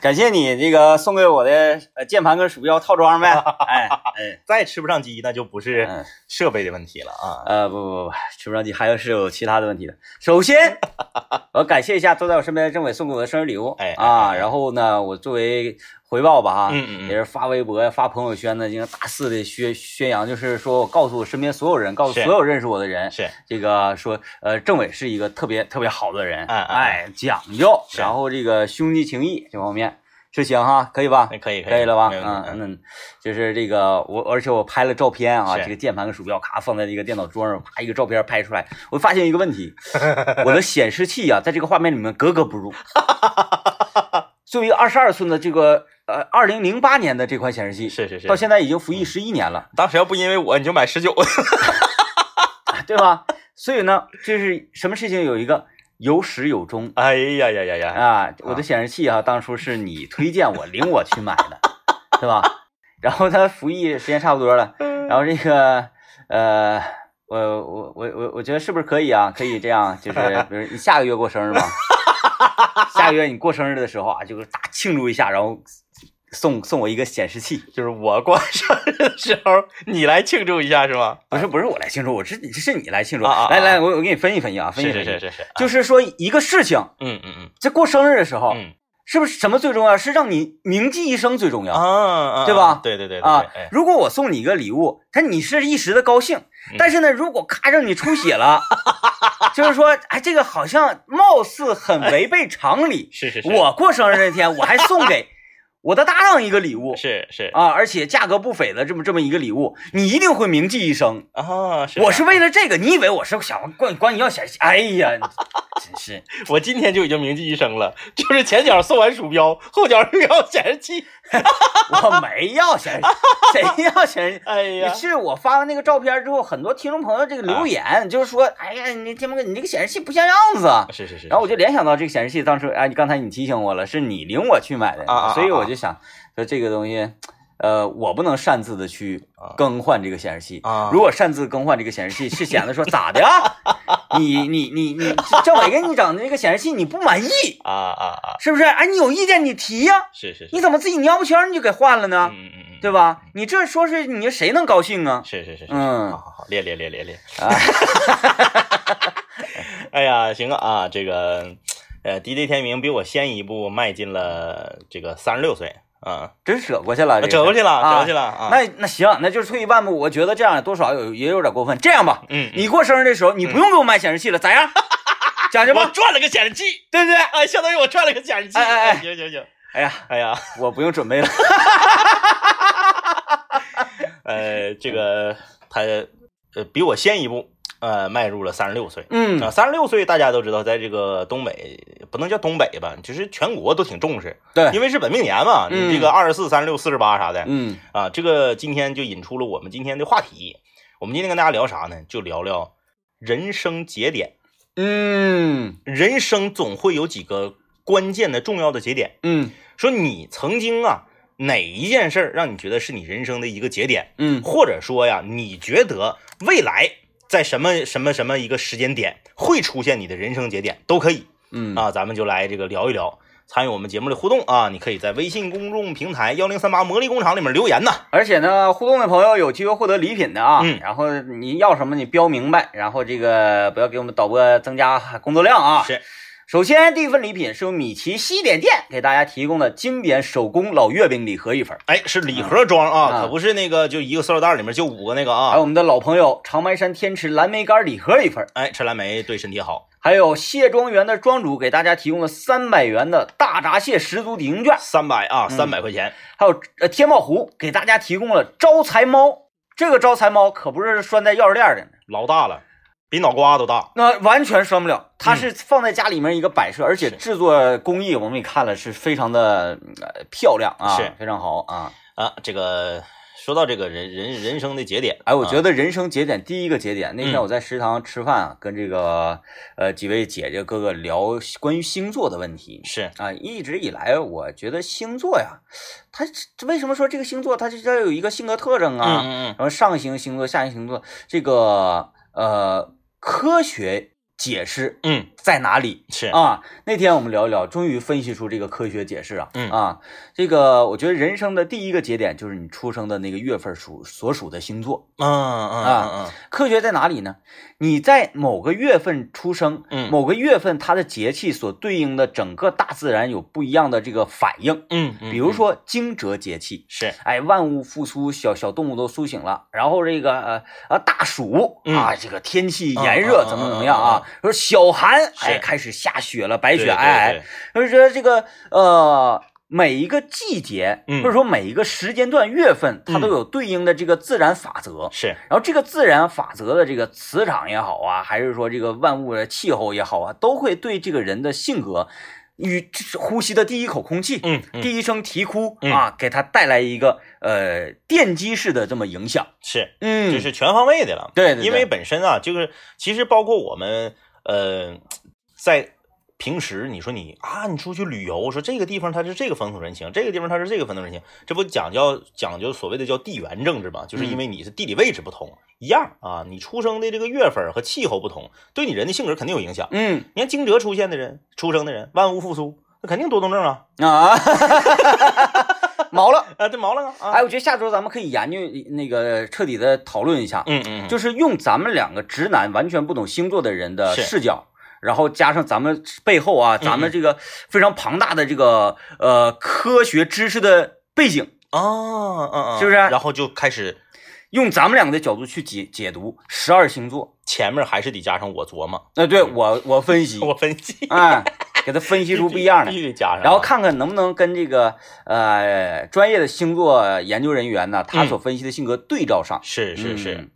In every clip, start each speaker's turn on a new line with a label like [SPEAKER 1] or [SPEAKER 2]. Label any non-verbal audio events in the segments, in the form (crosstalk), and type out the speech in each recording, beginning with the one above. [SPEAKER 1] 感谢你这个送给我的呃键盘跟鼠标套装呗。哎哎，
[SPEAKER 2] 再吃不上鸡，那就不是
[SPEAKER 1] 嗯
[SPEAKER 2] 设备的问题了啊。
[SPEAKER 1] (laughs) 呃不不不，吃不上鸡还有是有其他的问题的。首 (laughs) 先，我要感谢一下坐在我身边的政委送给我的生日礼物，
[SPEAKER 2] 哎
[SPEAKER 1] 啊，
[SPEAKER 2] 哎哎
[SPEAKER 1] 然后呢，我作为回报吧哈，
[SPEAKER 2] 嗯嗯嗯
[SPEAKER 1] 也是发微博呀、发朋友圈呢，进行大肆的宣宣扬，就是说我告诉我身边所有人，告诉
[SPEAKER 2] 是
[SPEAKER 1] 所有认识我的人，
[SPEAKER 2] 是，
[SPEAKER 1] 这个说，呃，政委是一个特别特别好的人，
[SPEAKER 2] 哎哎
[SPEAKER 1] 哎，讲究，
[SPEAKER 2] 是
[SPEAKER 1] 然后这个兄弟情谊这方面是行哈，可以吧？
[SPEAKER 2] 那可以
[SPEAKER 1] 可以了吧？
[SPEAKER 2] 没问题
[SPEAKER 1] 嗯，那就是这个我，而且我拍了照片啊，
[SPEAKER 2] 是
[SPEAKER 1] 这个键盘跟鼠标咔放在这个电脑桌上，啪一个照片拍出来，我发现一个问
[SPEAKER 2] (laughs)
[SPEAKER 1] 题，我的显示器啊，在这个画面里面格格不入。作为二十二寸的这个呃二零零八年的这款显示器，
[SPEAKER 2] 是是是
[SPEAKER 1] 到现在已经服役十一年了。
[SPEAKER 2] 当时要不因为我，你就买十九的。 (laughs) 嗯
[SPEAKER 1] 对吧？所以呢，就是什么事情有一个有始有终
[SPEAKER 2] 哎呀呀呀呀！
[SPEAKER 1] 啊。我的显示器啊，当初是你推荐我领我去买
[SPEAKER 2] (laughs)
[SPEAKER 1] 的，对吧？然后它服役时间差不多了，
[SPEAKER 2] 嗯
[SPEAKER 1] 然后这个呃，我我我我我觉得是不是可以啊？可以这样，
[SPEAKER 2] (laughs)
[SPEAKER 1] 就是比如你下个月过生日嘛，下个月你过生日的时候啊，就是大庆祝一下，然后送送我一个显示器。
[SPEAKER 2] 就是我过生日的时候，你来庆祝一下是吗？
[SPEAKER 1] 不是不是我来庆祝，我是是你来庆祝。
[SPEAKER 2] 啊啊啊
[SPEAKER 1] 来来，我我给你分析分析啊，分析分
[SPEAKER 2] 是是
[SPEAKER 1] 析，
[SPEAKER 2] 是是是，
[SPEAKER 1] 就是是说一个事情。
[SPEAKER 2] 嗯嗯
[SPEAKER 1] 这过生日的时候，
[SPEAKER 2] 嗯
[SPEAKER 1] 是不是什么最重要？是让你铭记一生最重
[SPEAKER 2] 嗯
[SPEAKER 1] 要
[SPEAKER 2] 啊，
[SPEAKER 1] 对吧
[SPEAKER 2] 对对对对
[SPEAKER 1] 啊
[SPEAKER 2] 对！哎
[SPEAKER 1] 如果我送你一个礼物，它你是一时的高兴
[SPEAKER 2] 嗯，
[SPEAKER 1] 但是呢，如果咔让你出血了，
[SPEAKER 2] (laughs)
[SPEAKER 1] 就是说，哎，这个好像貌似很违背常理。
[SPEAKER 2] 是 (laughs) 是是，
[SPEAKER 1] 我过生日那天，我还送给我的搭档一个礼物
[SPEAKER 2] (laughs) 是是
[SPEAKER 1] 啊，而且价格不菲的这么这么一个礼物，你一定会铭记一生。
[SPEAKER 2] 啊， (laughs) 是
[SPEAKER 1] 我
[SPEAKER 2] 啊
[SPEAKER 1] 是为了这个，你以为我是想管管你要显示器？哎呀，真是。
[SPEAKER 2] 我今天就已经铭记一生了， (laughs) 就是前脚送完鼠标，后脚要显示器。
[SPEAKER 1] 我没要显
[SPEAKER 2] (laughs)
[SPEAKER 1] 示，谁要显示？
[SPEAKER 2] 哎呀，啊
[SPEAKER 1] 是我发完那个照片之后，很多听众朋友这个留言就是说，哎呀，你天哥，你这个显示器不像样子啊。
[SPEAKER 2] 是是是，
[SPEAKER 1] 然后我就联想到这个显示器，当时哎，你刚才你提醒我了，是你领我去买的
[SPEAKER 2] 啊啊啊啊，
[SPEAKER 1] 所以我就想说这个东西，呃，我不能擅自的去
[SPEAKER 2] 啊
[SPEAKER 1] 更换这个显示器
[SPEAKER 2] 啊
[SPEAKER 1] 如果擅自更换这个显示器，是显得说咋
[SPEAKER 2] (laughs)
[SPEAKER 1] 的啊？你你你你，政委给你整的这个显示器你不满意
[SPEAKER 2] 啊啊啊，
[SPEAKER 1] 是不是？哎，你有意见你提呀、
[SPEAKER 2] 是是是，
[SPEAKER 1] 你怎么自己尿不全你就给换了呢？
[SPEAKER 2] 嗯嗯嗯嗯，
[SPEAKER 1] 对吧？你这说是你谁能高兴啊？
[SPEAKER 2] 是？是是是，好
[SPEAKER 1] 嗯，
[SPEAKER 2] 好好，练练练练练。
[SPEAKER 1] 啊
[SPEAKER 2] (laughs) 哎呀，行啊啊，这个呃，DJ 天明比我先一步迈进了这个三十六岁啊，
[SPEAKER 1] 真折过去了，这个
[SPEAKER 2] 折过去了，
[SPEAKER 1] 啊
[SPEAKER 2] 折过去了啊。
[SPEAKER 1] 那那行，那就是退一万步，我觉得这样多少有也有点过分。这样吧，
[SPEAKER 2] 嗯，
[SPEAKER 1] 你过生日的时候，你不用给我买显示器了，咋
[SPEAKER 2] (laughs)
[SPEAKER 1] 样？讲究
[SPEAKER 2] 我
[SPEAKER 1] 吧，
[SPEAKER 2] 赚了个显示器，
[SPEAKER 1] 对不对？
[SPEAKER 2] 啊，相当于我赚了个显示器。啊
[SPEAKER 1] 哎哎哎
[SPEAKER 2] 行行行，
[SPEAKER 1] 哎呀，
[SPEAKER 2] 哎呀，
[SPEAKER 1] 我不用准备了。
[SPEAKER 2] 呃，这个他呃比我先一步呃迈入了三十六岁。啊，
[SPEAKER 1] 嗯，
[SPEAKER 2] 三十六岁大家都知道，在这个东北不能叫东北吧，就是全国都挺重视，
[SPEAKER 1] 对，
[SPEAKER 2] (laughs) 因为是本命年嘛，
[SPEAKER 1] 嗯
[SPEAKER 2] 你这个二十四、三十六、四十八啥的，
[SPEAKER 1] 嗯
[SPEAKER 2] 啊，这个今天就引出了我们今天的话题。我们今天跟大家聊啥呢？就聊聊人生节点。
[SPEAKER 1] 嗯
[SPEAKER 2] 人生总会有几个关键的、重要的节点。
[SPEAKER 1] 嗯
[SPEAKER 2] 说你曾经啊，哪一件事儿让你觉得是你人生的一个节点，
[SPEAKER 1] 嗯
[SPEAKER 2] 或者说呀，你觉得未来在什么什么什么一个时间点会出现你的人生节点，都可以。
[SPEAKER 1] 嗯
[SPEAKER 2] 啊，咱们就来这个聊一聊。参与我们节目的互动啊，你可以在微信公众平台幺零三八魔力工厂里面留言呐。
[SPEAKER 1] 而且呢，互动的朋友有机会获得礼品的啊。
[SPEAKER 2] 嗯
[SPEAKER 1] 然后你要什么你标明白，然后这个不要给我们导播增加工作量啊。
[SPEAKER 2] 是。
[SPEAKER 1] 首先，第一份礼品是由米奇西点店给大家提供的经典手工老月饼礼盒一份，
[SPEAKER 2] 哎，是礼盒装啊，
[SPEAKER 1] 嗯哎
[SPEAKER 2] 可不是那个就一个塑料袋里面就五个那个
[SPEAKER 1] 还有
[SPEAKER 2] 啊。
[SPEAKER 1] 我们的老朋友长白山天池蓝莓干礼盒一份，
[SPEAKER 2] 哎，吃蓝莓对身体好，
[SPEAKER 1] 还有蟹庄园的庄主给大家提供了三百元的大闸蟹十足抵用券，
[SPEAKER 2] 三百啊，
[SPEAKER 1] 嗯
[SPEAKER 2] 三百块钱。
[SPEAKER 1] 还有呃天茂湖给大家提供了招财猫，这个招财猫可不是拴在钥匙链儿的呢。
[SPEAKER 2] 老大了，比脑瓜都大。
[SPEAKER 1] 那完全拴不了，它是放在家里面一个摆设，而且制作工艺我们也看了，是非常的呃漂亮啊，
[SPEAKER 2] 是
[SPEAKER 1] 非常好啊。
[SPEAKER 2] 啊，这个说到这个人人人生的节点，啊
[SPEAKER 1] 哎，我觉
[SPEAKER 2] 得
[SPEAKER 1] 得人生节点第一个节点，那天
[SPEAKER 2] 嗯
[SPEAKER 1] 我在食堂吃饭啊，跟这个呃几位姐姐哥哥聊关于星座的问题
[SPEAKER 2] 是
[SPEAKER 1] 啊。一直以来，我觉得星座呀，它这为什么说这个星座它就要有一个性格特征啊？
[SPEAKER 2] 嗯嗯
[SPEAKER 1] 然后上行星座、下行星座，这个呃科学解释
[SPEAKER 2] 嗯，
[SPEAKER 1] 在哪里
[SPEAKER 2] 是，
[SPEAKER 1] 啊。那天我们聊一聊，终于分析出这个科学解释啊，
[SPEAKER 2] 嗯
[SPEAKER 1] 啊，这个我觉得人生的第一个节点就是你出生的那个月份属所属的星座。
[SPEAKER 2] 嗯
[SPEAKER 1] 啊
[SPEAKER 2] 嗯嗯嗯
[SPEAKER 1] 科学在哪里呢？你在某个月份出生，
[SPEAKER 2] 嗯
[SPEAKER 1] 某个月份它的节气所对应的整个大自然有不一样的这个反应。
[SPEAKER 2] 嗯嗯，
[SPEAKER 1] 比如
[SPEAKER 2] 嗯
[SPEAKER 1] 说惊蛰节气，
[SPEAKER 2] 是，
[SPEAKER 1] 哎，万物复苏，小小动物都苏醒了。然后这个呃啊大暑
[SPEAKER 2] 嗯
[SPEAKER 1] 啊，这个天气炎热，
[SPEAKER 2] 嗯嗯
[SPEAKER 1] 怎么怎么样啊？说小寒，哎，
[SPEAKER 2] 是
[SPEAKER 1] 开始下雪了，白
[SPEAKER 2] 对
[SPEAKER 1] 雪
[SPEAKER 2] 对
[SPEAKER 1] 皑皑
[SPEAKER 2] 对。
[SPEAKER 1] 就是说这个呃。每一个季节，
[SPEAKER 2] 嗯
[SPEAKER 1] 或者说每一个时间段、月份，它
[SPEAKER 2] 嗯
[SPEAKER 1] 都有对应的这个自然法则。
[SPEAKER 2] 是，
[SPEAKER 1] 然后这个自然法则的这个磁场也好啊，还是说这个万物的气候也好啊，都会对这个人的性格与呼吸的第一口空气，
[SPEAKER 2] 嗯嗯
[SPEAKER 1] 第一声啼哭、
[SPEAKER 2] 嗯
[SPEAKER 1] 啊，给他带来一个呃奠基式的这么影响。
[SPEAKER 2] 是，
[SPEAKER 1] 嗯
[SPEAKER 2] 这是全方位的了。
[SPEAKER 1] 对对对
[SPEAKER 2] 因为本身啊，就是其实包括我们呃，在平时你说你啊，你出去旅游，说这个地方它是这个风土人情，这啊个地方它是这个风土人情，这不讲叫讲究所谓的叫地缘政治嘛，就是因为你是地理位置不同，一样啊，你出生的这个月份儿和气候不同，对你人的性格肯定有影响。
[SPEAKER 1] 嗯
[SPEAKER 2] 你看惊蛰出现的人，出生的人，万物复苏，那肯定多动症啊，
[SPEAKER 1] 啊， (laughs) 毛了。
[SPEAKER 2] (laughs) 啊，这毛了啊，啊，
[SPEAKER 1] 哎，我觉得下周咱们可以研究那个彻底的讨论一下，
[SPEAKER 2] 嗯嗯，嗯
[SPEAKER 1] 就是用咱们两个直男完全不懂星座的人的
[SPEAKER 2] 是嗯
[SPEAKER 1] 视角，然后加上咱们背后啊，咱们这个非常庞大的这个呃科学知识的背景，
[SPEAKER 2] 啊啊啊，
[SPEAKER 1] 是不是
[SPEAKER 2] 然后就开始
[SPEAKER 1] 用咱们两个的角度去解解读十二星座。
[SPEAKER 2] 前面还是得加上我琢磨，
[SPEAKER 1] 那、对我我分析，
[SPEAKER 2] (laughs) 嗯我分析，
[SPEAKER 1] 哎，给它分析出不一样
[SPEAKER 2] (laughs) 必
[SPEAKER 1] 的。
[SPEAKER 2] 须得加上啊。
[SPEAKER 1] 然后看看能不能跟这个呃专业的星座研究人员呢，他
[SPEAKER 2] 嗯
[SPEAKER 1] 所分析的性格对照上。
[SPEAKER 2] 是是是
[SPEAKER 1] 嗯，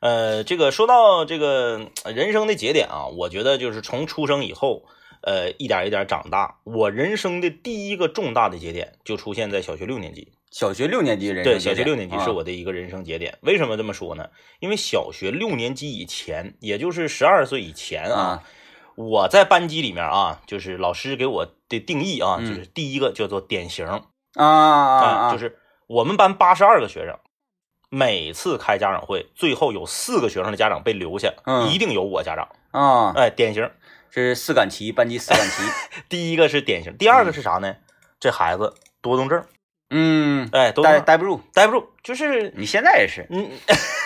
[SPEAKER 2] 呃，这个说到这个呃人生的节点啊，我觉得就是从出生以后，呃，一点一点长大。我人生的第一个重大的节点就出现在小学六年级。
[SPEAKER 1] 小学六年级人
[SPEAKER 2] 对，
[SPEAKER 1] 生
[SPEAKER 2] 小学
[SPEAKER 1] 节点
[SPEAKER 2] 六年级是
[SPEAKER 1] 啊
[SPEAKER 2] 我的一个人生节点。为什么这么说呢？因为小学六年级以前，也就是十二岁以前
[SPEAKER 1] 啊，
[SPEAKER 2] 我在班级里面啊，就是老师给我的定义啊，
[SPEAKER 1] 嗯
[SPEAKER 2] 就是第一个叫做典型
[SPEAKER 1] 啊啊啊，
[SPEAKER 2] 就是我们班八十二个学生，每次开家长会，最后有四个学生的家长被留下，
[SPEAKER 1] 嗯
[SPEAKER 2] 一定有我家长。
[SPEAKER 1] 啊，
[SPEAKER 2] 哎，典型。
[SPEAKER 1] 这是四杆旗，班级四杆旗。
[SPEAKER 2] (laughs) 第一个是典型，第二个是啥呢？这孩子多动症，
[SPEAKER 1] 嗯，
[SPEAKER 2] 哎，多动
[SPEAKER 1] 待
[SPEAKER 2] 症
[SPEAKER 1] 待不住，
[SPEAKER 2] 待不住，就是
[SPEAKER 1] 你现在也是。
[SPEAKER 2] 嗯，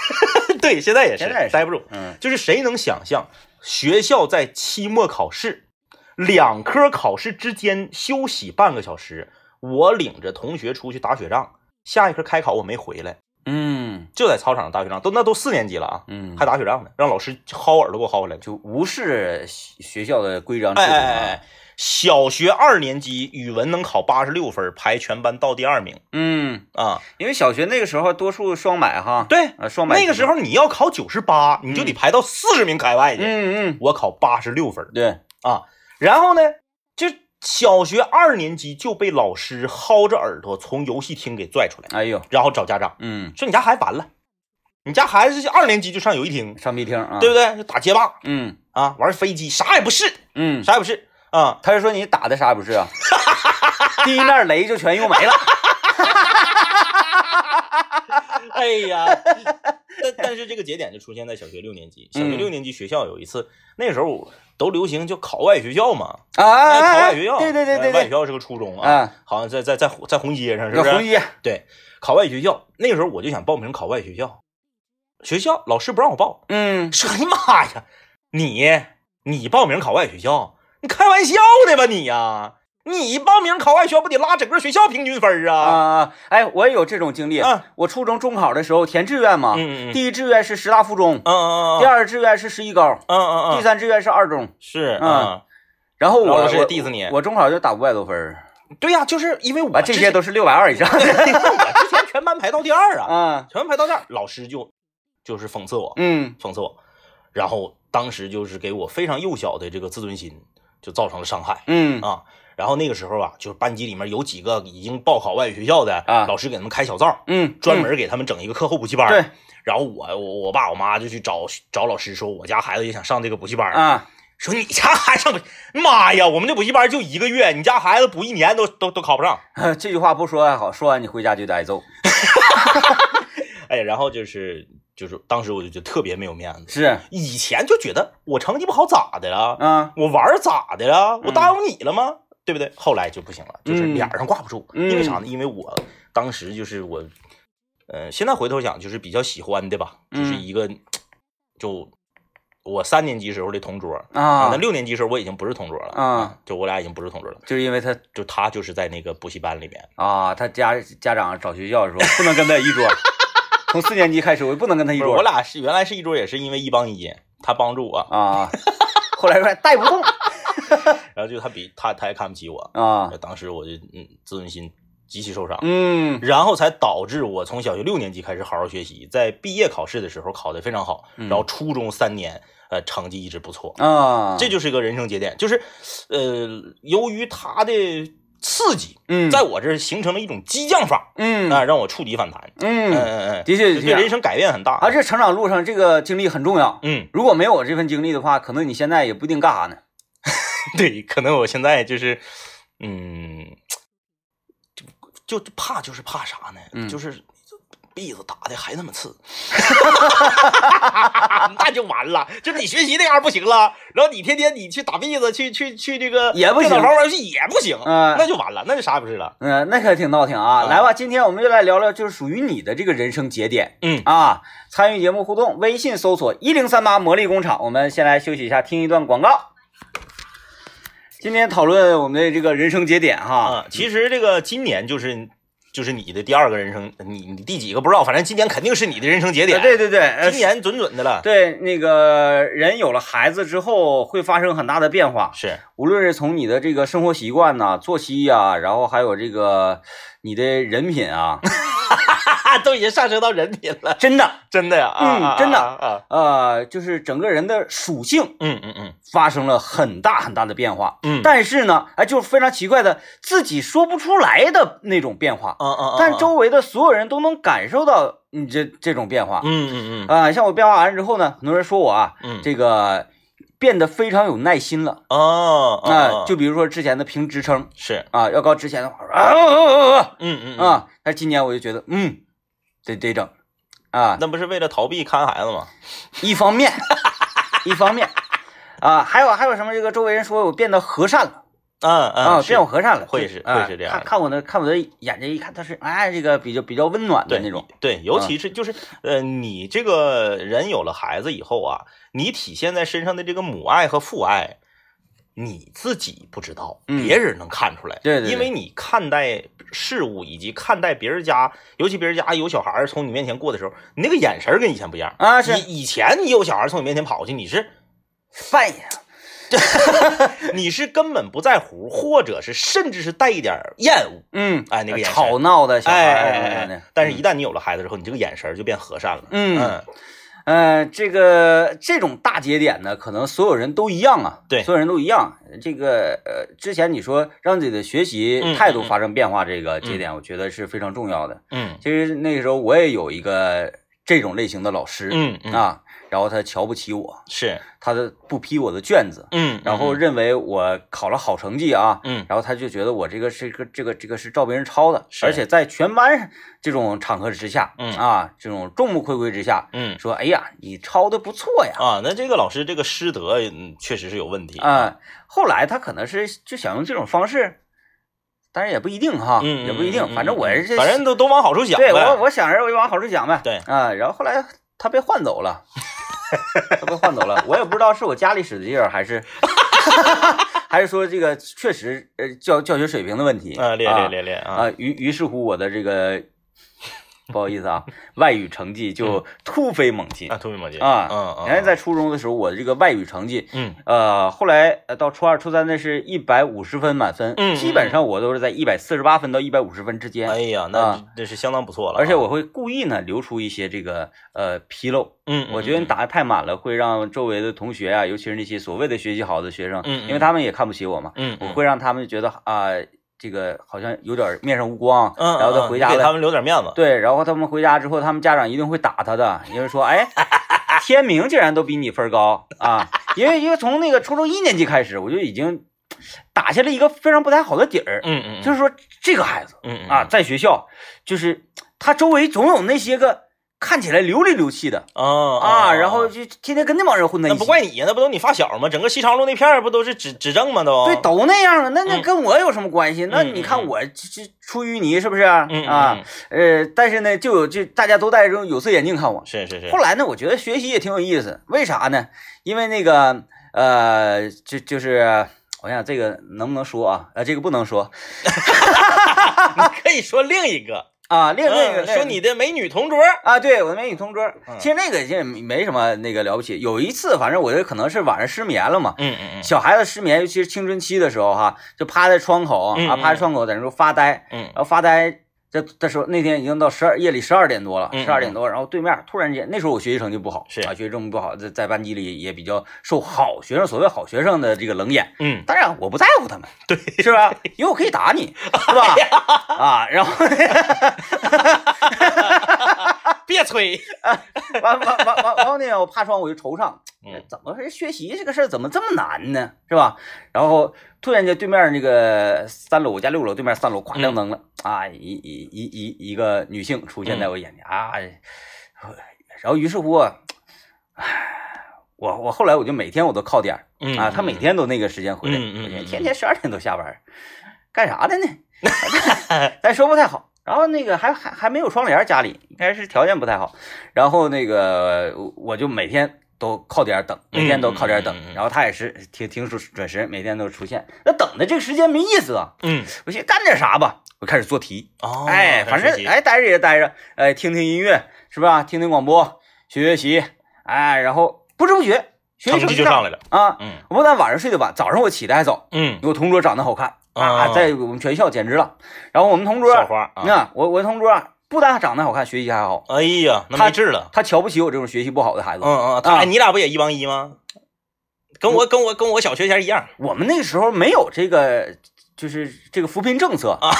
[SPEAKER 2] (laughs) 对，现在也是
[SPEAKER 1] 现在也是
[SPEAKER 2] 待不住。
[SPEAKER 1] 嗯
[SPEAKER 2] 就是谁能想象学校在期末考试两科考试之间休息半个小时，我领着同学出去打雪仗，下一科开考我没回来，
[SPEAKER 1] 嗯
[SPEAKER 2] 就在操场上打雪仗，都那都四年级了啊，
[SPEAKER 1] 嗯，
[SPEAKER 2] 还打雪仗呢，让老师薅耳朵给我薅回来了。
[SPEAKER 1] 就无视学学校的规章制
[SPEAKER 2] 哎
[SPEAKER 1] 度
[SPEAKER 2] 哎哎
[SPEAKER 1] 啊。
[SPEAKER 2] 哎，小学二年级语文能考八十六分，排全班倒第二名
[SPEAKER 1] 嗯，
[SPEAKER 2] 啊。
[SPEAKER 1] 因为小学那个时候多数双百哈，
[SPEAKER 2] 对，
[SPEAKER 1] 啊双百
[SPEAKER 2] 那个时嗯
[SPEAKER 1] 候，
[SPEAKER 2] 候你要考九十八，你就得排到四十名开外去。
[SPEAKER 1] 嗯嗯，
[SPEAKER 2] 我考八十六分，
[SPEAKER 1] 对，
[SPEAKER 2] 啊，然后呢，就小学二年级就被老师薅着耳朵从游戏厅给拽出来，
[SPEAKER 1] 哎呦，
[SPEAKER 2] 然后找家长
[SPEAKER 1] 嗯，
[SPEAKER 2] 说你家孩子完了，你家孩子二年级就上游戏厅，
[SPEAKER 1] 上壁厅啊，
[SPEAKER 2] 对不对？就打街霸
[SPEAKER 1] 嗯
[SPEAKER 2] 啊，玩飞机，啥也不是，
[SPEAKER 1] 嗯，
[SPEAKER 2] 啥也不是啊。
[SPEAKER 1] 他是说你打的啥也不是
[SPEAKER 2] (laughs)
[SPEAKER 1] 啊？第一面雷就全用没了。
[SPEAKER 2] 哎呀，
[SPEAKER 1] (laughs)
[SPEAKER 2] 但但是这个节点就出现在小学六年级，小学
[SPEAKER 1] 嗯
[SPEAKER 2] 六年级学校有一次，那时候都流行就考外学校嘛，
[SPEAKER 1] 啊
[SPEAKER 2] 哎，
[SPEAKER 1] 啊，
[SPEAKER 2] 考
[SPEAKER 1] 啊
[SPEAKER 2] 外学校，
[SPEAKER 1] 对对对
[SPEAKER 2] 哎
[SPEAKER 1] 对
[SPEAKER 2] 外学
[SPEAKER 1] 对，
[SPEAKER 2] 校是个初中啊
[SPEAKER 1] 啊，
[SPEAKER 2] 好像在在在红在红街上是
[SPEAKER 1] 这
[SPEAKER 2] 不是？
[SPEAKER 1] 红衣，
[SPEAKER 2] 对，考外学校，那时候我就想报名考外学校，学校老师不让
[SPEAKER 1] (laughs)
[SPEAKER 2] 我报，
[SPEAKER 1] 嗯，
[SPEAKER 2] 说哎呀妈呀，你你报名考外学校，你开玩笑呢吧你呀、你报名考外学校不得拉整个学校平均分儿啊？
[SPEAKER 1] 啊，哎，我也有这种经历
[SPEAKER 2] 啊。
[SPEAKER 1] 我初中中考的时候填志愿嘛，
[SPEAKER 2] 嗯嗯嗯
[SPEAKER 1] 啊第一志愿是十大附中，
[SPEAKER 2] 嗯嗯
[SPEAKER 1] 第
[SPEAKER 2] 嗯
[SPEAKER 1] 二志愿是十一高，
[SPEAKER 2] 嗯嗯
[SPEAKER 1] 第
[SPEAKER 2] 嗯，
[SPEAKER 1] 三志愿是二中。
[SPEAKER 2] 是
[SPEAKER 1] 嗯
[SPEAKER 2] 嗯，
[SPEAKER 1] 然后
[SPEAKER 2] 然后
[SPEAKER 1] 我
[SPEAKER 2] 老师
[SPEAKER 1] 我
[SPEAKER 2] 也 diss 你啊
[SPEAKER 1] 我中考就打五百多分儿，
[SPEAKER 2] 对呀、就是因为我
[SPEAKER 1] 完这
[SPEAKER 2] 之
[SPEAKER 1] 些
[SPEAKER 2] 前 (laughs)
[SPEAKER 1] 都是六百二以上
[SPEAKER 2] 我之前全班排到第二啊，
[SPEAKER 1] 啊，
[SPEAKER 2] 全班排到第二，老师就就是讽刺我，
[SPEAKER 1] 嗯
[SPEAKER 2] 讽刺我，然后当时就是给我非常幼小的这个自尊心就造成了伤害。
[SPEAKER 1] 嗯
[SPEAKER 2] 啊。然后那个时候啊，就是班级里面有几个已经报考外语学校的，
[SPEAKER 1] 啊
[SPEAKER 2] 老师给他们开小灶，
[SPEAKER 1] 嗯，
[SPEAKER 2] 专门给他们整一个课后补习班。
[SPEAKER 1] 嗯对
[SPEAKER 2] 然后我我我爸我妈就去找找老师说，我家孩子也想上这个补习班，
[SPEAKER 1] 啊，
[SPEAKER 2] 说你家孩子上补，妈呀，我们这补习班就一个月，你家孩子补一年都都都考不上。
[SPEAKER 1] 这句话不说还好，说完你回家就得挨揍。
[SPEAKER 2] 哎，然后就是就是当时我就觉得特别没有面子。
[SPEAKER 1] 是，
[SPEAKER 2] 以前就觉得我成绩不好咋的了？
[SPEAKER 1] 啊，
[SPEAKER 2] 我玩儿咋的了？我答应你了吗？对不对？后来就不行了，就是
[SPEAKER 1] 嗯
[SPEAKER 2] 脸上挂不住，
[SPEAKER 1] 嗯
[SPEAKER 2] 因为啥呢？因为我当时就是我，呃，现在回头想就是比较喜欢的吧，就是
[SPEAKER 1] 嗯
[SPEAKER 2] 一个，就我三年级时候的同桌
[SPEAKER 1] 啊
[SPEAKER 2] 那六年级时候我已经不是同桌了
[SPEAKER 1] 啊，
[SPEAKER 2] 就我俩已经不是同桌了，
[SPEAKER 1] 就是因为他
[SPEAKER 2] 就他就是在那个补习班里面，
[SPEAKER 1] 啊，他家家长找学校说不能跟他一
[SPEAKER 2] (laughs)
[SPEAKER 1] 桌，从四年级开始我就不能跟他一
[SPEAKER 2] 不是我
[SPEAKER 1] 桌
[SPEAKER 2] 俩是原来是一桌，也是因为一帮一，他帮助我，
[SPEAKER 1] 啊，后来说带不动
[SPEAKER 2] 然后就他比他他也看不起我，
[SPEAKER 1] 啊，
[SPEAKER 2] 当时我就嗯自尊心极其受伤，
[SPEAKER 1] 嗯
[SPEAKER 2] 然后才导致我从小学六年级开始好好学习，在毕业考试的时候考得非常好，
[SPEAKER 1] 嗯
[SPEAKER 2] 然后初中三年，呃，成绩一直不错，
[SPEAKER 1] 啊，
[SPEAKER 2] 这就是一个人生节点，就是，呃，由于他的刺激，
[SPEAKER 1] 嗯
[SPEAKER 2] 在我这儿形成了一种激将法，
[SPEAKER 1] 嗯
[SPEAKER 2] 啊、让我触底反弹，嗯
[SPEAKER 1] 嗯，
[SPEAKER 2] 嗯嗯，
[SPEAKER 1] 的确
[SPEAKER 2] 就
[SPEAKER 1] 的
[SPEAKER 2] 对
[SPEAKER 1] 确
[SPEAKER 2] 人，生改变很大，
[SPEAKER 1] 而且成长路上这个经历很重要。
[SPEAKER 2] 嗯，
[SPEAKER 1] 如果没有我这份经历的话，可能你现在也不一定干啥呢。
[SPEAKER 2] (laughs) 对，可能我现在就是，嗯，就就怕就是怕啥呢？
[SPEAKER 1] 嗯
[SPEAKER 2] 就是鼻子打的还那
[SPEAKER 1] (laughs)
[SPEAKER 2] 么次，那就完了。就你学习那样不行了，然后你天天你去打鼻子，去去去这个
[SPEAKER 1] 也不
[SPEAKER 2] 电脑
[SPEAKER 1] 行
[SPEAKER 2] 房玩游戏也不行，
[SPEAKER 1] 嗯
[SPEAKER 2] 那就完了，那就啥也不是了。
[SPEAKER 1] 嗯、那可挺闹挺啊！
[SPEAKER 2] 嗯
[SPEAKER 1] 来吧，今天我们就来聊聊，就是属于你的这个人生节点
[SPEAKER 2] 嗯
[SPEAKER 1] 啊。参与节目互动，微信搜索一零三八魔力工厂。我们先来休息一下，听一段广告。今天讨论我们的这个人生节点哈
[SPEAKER 2] 啊，，其实这个今年就是就是你的第二个人生，你你第几个不知道，反正今年肯定是你的人生节点。
[SPEAKER 1] 对对对，呃
[SPEAKER 2] 今年准准的了。
[SPEAKER 1] 对那个人有了孩子之后会发生很大的变化，
[SPEAKER 2] 是， (laughs)
[SPEAKER 1] 无论是从你的这个生活习惯呐、作息呀、然后还有这个你的人品啊， (laughs)
[SPEAKER 2] 哈哈，都已经上升到人品了。
[SPEAKER 1] 真的，
[SPEAKER 2] 真的呀，啊
[SPEAKER 1] 嗯
[SPEAKER 2] 啊
[SPEAKER 1] 真的
[SPEAKER 2] 啊啊，
[SPEAKER 1] 呃，就是整个人的属性
[SPEAKER 2] 嗯嗯嗯
[SPEAKER 1] 发生了很大很大的变化。
[SPEAKER 2] 嗯，
[SPEAKER 1] 但是呢，哎，就是非常奇怪的，自己说不出来的那种变化，
[SPEAKER 2] 啊啊，
[SPEAKER 1] 但周围的所有人都能感受到你这这种变化。
[SPEAKER 2] 嗯嗯嗯
[SPEAKER 1] 啊、像我变化完之后呢，很多人说我啊，
[SPEAKER 2] 嗯，
[SPEAKER 1] 这个变得非常有耐心了。
[SPEAKER 2] 哦，
[SPEAKER 1] 啊、就比如说之前的评职称
[SPEAKER 2] 是，
[SPEAKER 1] 啊，要搞之前的话，啊啊
[SPEAKER 2] 嗯嗯
[SPEAKER 1] 啊，啊！但是今年我就觉得，嗯，得得整啊，
[SPEAKER 2] 那不是为了逃避看孩子吗？
[SPEAKER 1] 一方
[SPEAKER 2] (laughs)
[SPEAKER 1] 面，一方面啊，还有还有什么？这个周围人说我变得和善了
[SPEAKER 2] 嗯嗯
[SPEAKER 1] 啊，
[SPEAKER 2] 是
[SPEAKER 1] 变我和善了，
[SPEAKER 2] 会
[SPEAKER 1] 就是啊
[SPEAKER 2] 会是这样
[SPEAKER 1] 看
[SPEAKER 2] 的
[SPEAKER 1] 看我的看我的眼睛一看，他是哎，这个比较比较温暖的
[SPEAKER 2] 对
[SPEAKER 1] 那种，啊
[SPEAKER 2] 对，尤其是就是呃，你这个人有了孩子以后啊，你体现在身上的这个母爱和父爱。你自己不知道，
[SPEAKER 1] 嗯
[SPEAKER 2] 别人能看出来。
[SPEAKER 1] 对对对
[SPEAKER 2] 因为你看待事物以及看待别人家，尤其别人家有小孩儿从你面前过的时候，你那个眼神儿跟以前不一样
[SPEAKER 1] 啊是
[SPEAKER 2] 以以前你有小孩儿从你面前跑过去，你是
[SPEAKER 1] 扮演
[SPEAKER 2] 你是根本不在乎，或者是甚至是带一点儿厌恶，
[SPEAKER 1] 嗯，
[SPEAKER 2] 哎，那个眼神
[SPEAKER 1] 吵闹的小孩
[SPEAKER 2] 哎
[SPEAKER 1] 儿，
[SPEAKER 2] 哎哎
[SPEAKER 1] 哎
[SPEAKER 2] 哎，但是一旦你有了孩子之后，你这个眼神儿就变和善了，
[SPEAKER 1] 嗯
[SPEAKER 2] 嗯，
[SPEAKER 1] 呃，这个这种大节点呢，可能所有人都一样啊，
[SPEAKER 2] 对
[SPEAKER 1] 所有人都一样。这个呃，之前你说让自己的学习
[SPEAKER 2] 嗯
[SPEAKER 1] 态度发生变化，这个节点，我觉得是非常重要的。
[SPEAKER 2] 嗯
[SPEAKER 1] 其实那个时候我也有一个这种类型的老师，
[SPEAKER 2] 嗯嗯
[SPEAKER 1] 啊，然后他瞧不起我，
[SPEAKER 2] 是，
[SPEAKER 1] 他的不批我的卷子，
[SPEAKER 2] 嗯，
[SPEAKER 1] 然后
[SPEAKER 2] 嗯
[SPEAKER 1] 认为我考了好成绩啊，
[SPEAKER 2] 嗯
[SPEAKER 1] 然后他就觉得我这个是个这个这个是照别人抄的，
[SPEAKER 2] 是
[SPEAKER 1] 而且在全班这种场合之下，
[SPEAKER 2] 嗯
[SPEAKER 1] 啊，这种众目睽睽之下，
[SPEAKER 2] 嗯
[SPEAKER 1] 说哎呀，你抄的不错呀，
[SPEAKER 2] 啊，那这个老师这个师德嗯确实是有问题，
[SPEAKER 1] 啊、后来他可能是就想用这种方式，当然也不一定哈，
[SPEAKER 2] 嗯，嗯
[SPEAKER 1] 也不一定，
[SPEAKER 2] 嗯
[SPEAKER 1] 反正我
[SPEAKER 2] 嗯
[SPEAKER 1] 是
[SPEAKER 2] 反正都都往好处想呗，
[SPEAKER 1] 对我我想着我就往好处想呗，
[SPEAKER 2] 对
[SPEAKER 1] 啊、然后后来他被换走
[SPEAKER 2] (laughs)
[SPEAKER 1] 了，他被换走了，我也不知道是我家里使的劲儿还
[SPEAKER 2] (laughs)
[SPEAKER 1] 是。还是说这个确实，呃，教教学水平的问题
[SPEAKER 2] 啊，练
[SPEAKER 1] 啊
[SPEAKER 2] 练练练啊，
[SPEAKER 1] 啊，于于是乎我的这个，不好意思啊，外语成绩
[SPEAKER 2] 嗯
[SPEAKER 1] 就突飞猛进
[SPEAKER 2] 啊，。特别猛进
[SPEAKER 1] 啊
[SPEAKER 2] 嗯嗯，
[SPEAKER 1] 原来在初中的时候，我这个外语成绩，
[SPEAKER 2] 嗯
[SPEAKER 1] 呃，后来呃到初二、初三那是一百五十分满分，
[SPEAKER 2] 嗯嗯
[SPEAKER 1] 基本上我都是在一百四十八分到一百五十分之间，
[SPEAKER 2] 哎呀，那
[SPEAKER 1] 啊
[SPEAKER 2] 这这是相当不错了啊，
[SPEAKER 1] 而且我会故意呢留出一些这个呃纰漏，
[SPEAKER 2] 嗯，嗯，
[SPEAKER 1] 我觉得你
[SPEAKER 2] 嗯
[SPEAKER 1] 打的太满了，会让周围的同学啊，尤其是那些所谓的学习好的学生，
[SPEAKER 2] 嗯嗯
[SPEAKER 1] 因为他们也看不起我嘛，
[SPEAKER 2] 嗯，
[SPEAKER 1] 我
[SPEAKER 2] 嗯
[SPEAKER 1] 会让他们觉得啊、这个好像有点面上无光，
[SPEAKER 2] 嗯，
[SPEAKER 1] 然后
[SPEAKER 2] 嗯
[SPEAKER 1] 他
[SPEAKER 2] 嗯
[SPEAKER 1] 回
[SPEAKER 2] 你
[SPEAKER 1] 家
[SPEAKER 2] 给
[SPEAKER 1] 了
[SPEAKER 2] 他，们留点面子，
[SPEAKER 1] 对，然后他们回家之后，他们家长一定会打他的，因为说，哎， (laughs) 天明竟然都比你分儿高啊！因为因为从那个初中一年级开始，我就已经打下了一个非常不太好的底儿，
[SPEAKER 2] 嗯嗯，
[SPEAKER 1] 就是啊是说这个孩子
[SPEAKER 2] 嗯嗯
[SPEAKER 1] 啊，在学校就是他周围总有那些个看起来流里流气的
[SPEAKER 2] 啊
[SPEAKER 1] 啊，然后就天天跟那帮人混在一起，
[SPEAKER 2] 那不怪你呀，那不都你发小吗？整个西长路那片儿不都是指指正吗？都
[SPEAKER 1] 对，都那样啊，那那
[SPEAKER 2] 哦嗯
[SPEAKER 1] 跟我有什么关系？那你看
[SPEAKER 2] 嗯嗯
[SPEAKER 1] 我这这出淤泥是不是啊？
[SPEAKER 2] 嗯嗯
[SPEAKER 1] 啊
[SPEAKER 2] 嗯
[SPEAKER 1] 呃，但是呢，就有就大家都戴着有色眼镜看我。
[SPEAKER 2] 是是是，
[SPEAKER 1] 后来呢，我觉得学习也挺有意思，为啥呢？因为那个呃，就就是我想这个能不能说啊？呃，这个不能说
[SPEAKER 2] 你可以说另一个，
[SPEAKER 1] 啊。另另一个另
[SPEAKER 2] 嗯
[SPEAKER 1] 一
[SPEAKER 2] 说
[SPEAKER 1] 个
[SPEAKER 2] 你的美女同桌，
[SPEAKER 1] 啊，对我的美女同桌，
[SPEAKER 2] 嗯
[SPEAKER 1] 其实那个也没没什么那个了不起。有一次，反正我这可能是晚上失眠了嘛，
[SPEAKER 2] 嗯嗯
[SPEAKER 1] 小孩子失眠，尤其是青春期的时候哈，就趴在窗口
[SPEAKER 2] 嗯
[SPEAKER 1] 啊，
[SPEAKER 2] 嗯
[SPEAKER 1] 趴在窗口在那时候发呆，
[SPEAKER 2] 嗯
[SPEAKER 1] 然后呃发呆。这这时候那天已经到十二夜里十二点多了，
[SPEAKER 2] 嗯嗯
[SPEAKER 1] 十二点多，然后对面突然间，那时候我学习成绩不好，
[SPEAKER 2] 是
[SPEAKER 1] 啊，学习成绩不好，在在班级里也比较受好学生所谓好学生的这个冷眼。
[SPEAKER 2] 嗯
[SPEAKER 1] 当然我不在乎他们，对，是吧？因为我可以打你，是
[SPEAKER 2] (laughs) 哎
[SPEAKER 1] 吧？啊，然后
[SPEAKER 2] 嗯，别吹，
[SPEAKER 1] 完完完完完后那天我趴窗我就惆怅，哎
[SPEAKER 2] 嗯
[SPEAKER 1] 怎么是学习这个事儿怎么这么难呢？是吧？然后突然间对面那个三楼，我家六楼对面三楼，咵亮灯了、啊！一一一一一个女性出现在我眼前、啊，然后于是乎啊，唉我我后来我就每天我都靠点儿
[SPEAKER 2] 嗯
[SPEAKER 1] 啊，他每天都那个时间回来，
[SPEAKER 2] 嗯嗯嗯嗯
[SPEAKER 1] 天天十二点都下班儿，干啥的呢？
[SPEAKER 2] (laughs)
[SPEAKER 1] 咱说不太好。然后那个还还还没有窗帘儿，家里应该是条件不太好。然后那个我我就每天都靠点儿等，每天都靠点儿等
[SPEAKER 2] 嗯嗯嗯。嗯
[SPEAKER 1] 然后他也是挺挺准准时，每天都出现。那等的这个时间没意思啊，
[SPEAKER 2] 嗯
[SPEAKER 1] 我寻思干点啥吧，我开始做题。
[SPEAKER 2] 哦，
[SPEAKER 1] 哎，反
[SPEAKER 2] 学
[SPEAKER 1] 正
[SPEAKER 2] 习
[SPEAKER 1] 哎待着也待着，哎听听音乐是吧？听听广播，学学习，哎，然后不知不觉学习
[SPEAKER 2] 成绩就上来了，
[SPEAKER 1] 啊！
[SPEAKER 2] 嗯
[SPEAKER 1] 我不但晚上睡得晚，早上我起得还早，
[SPEAKER 2] 嗯，
[SPEAKER 1] 我同桌长得好看啊，
[SPEAKER 2] 哦
[SPEAKER 1] 在我们全校简直了。然后我们同桌，
[SPEAKER 2] 校花啊，
[SPEAKER 1] 那我我同桌啊不但长得好看，学习还好，
[SPEAKER 2] 哎呀，那
[SPEAKER 1] 他
[SPEAKER 2] 没治了，
[SPEAKER 1] 他瞧不起我这种学习不好的孩子。
[SPEAKER 2] 嗯嗯，
[SPEAKER 1] 啊
[SPEAKER 2] 他哎你俩不也一帮一吗？跟我跟我跟我小学前一 (laughs) 样，
[SPEAKER 1] 我们那个时候没有这个，就是这个扶贫政策。
[SPEAKER 2] 啊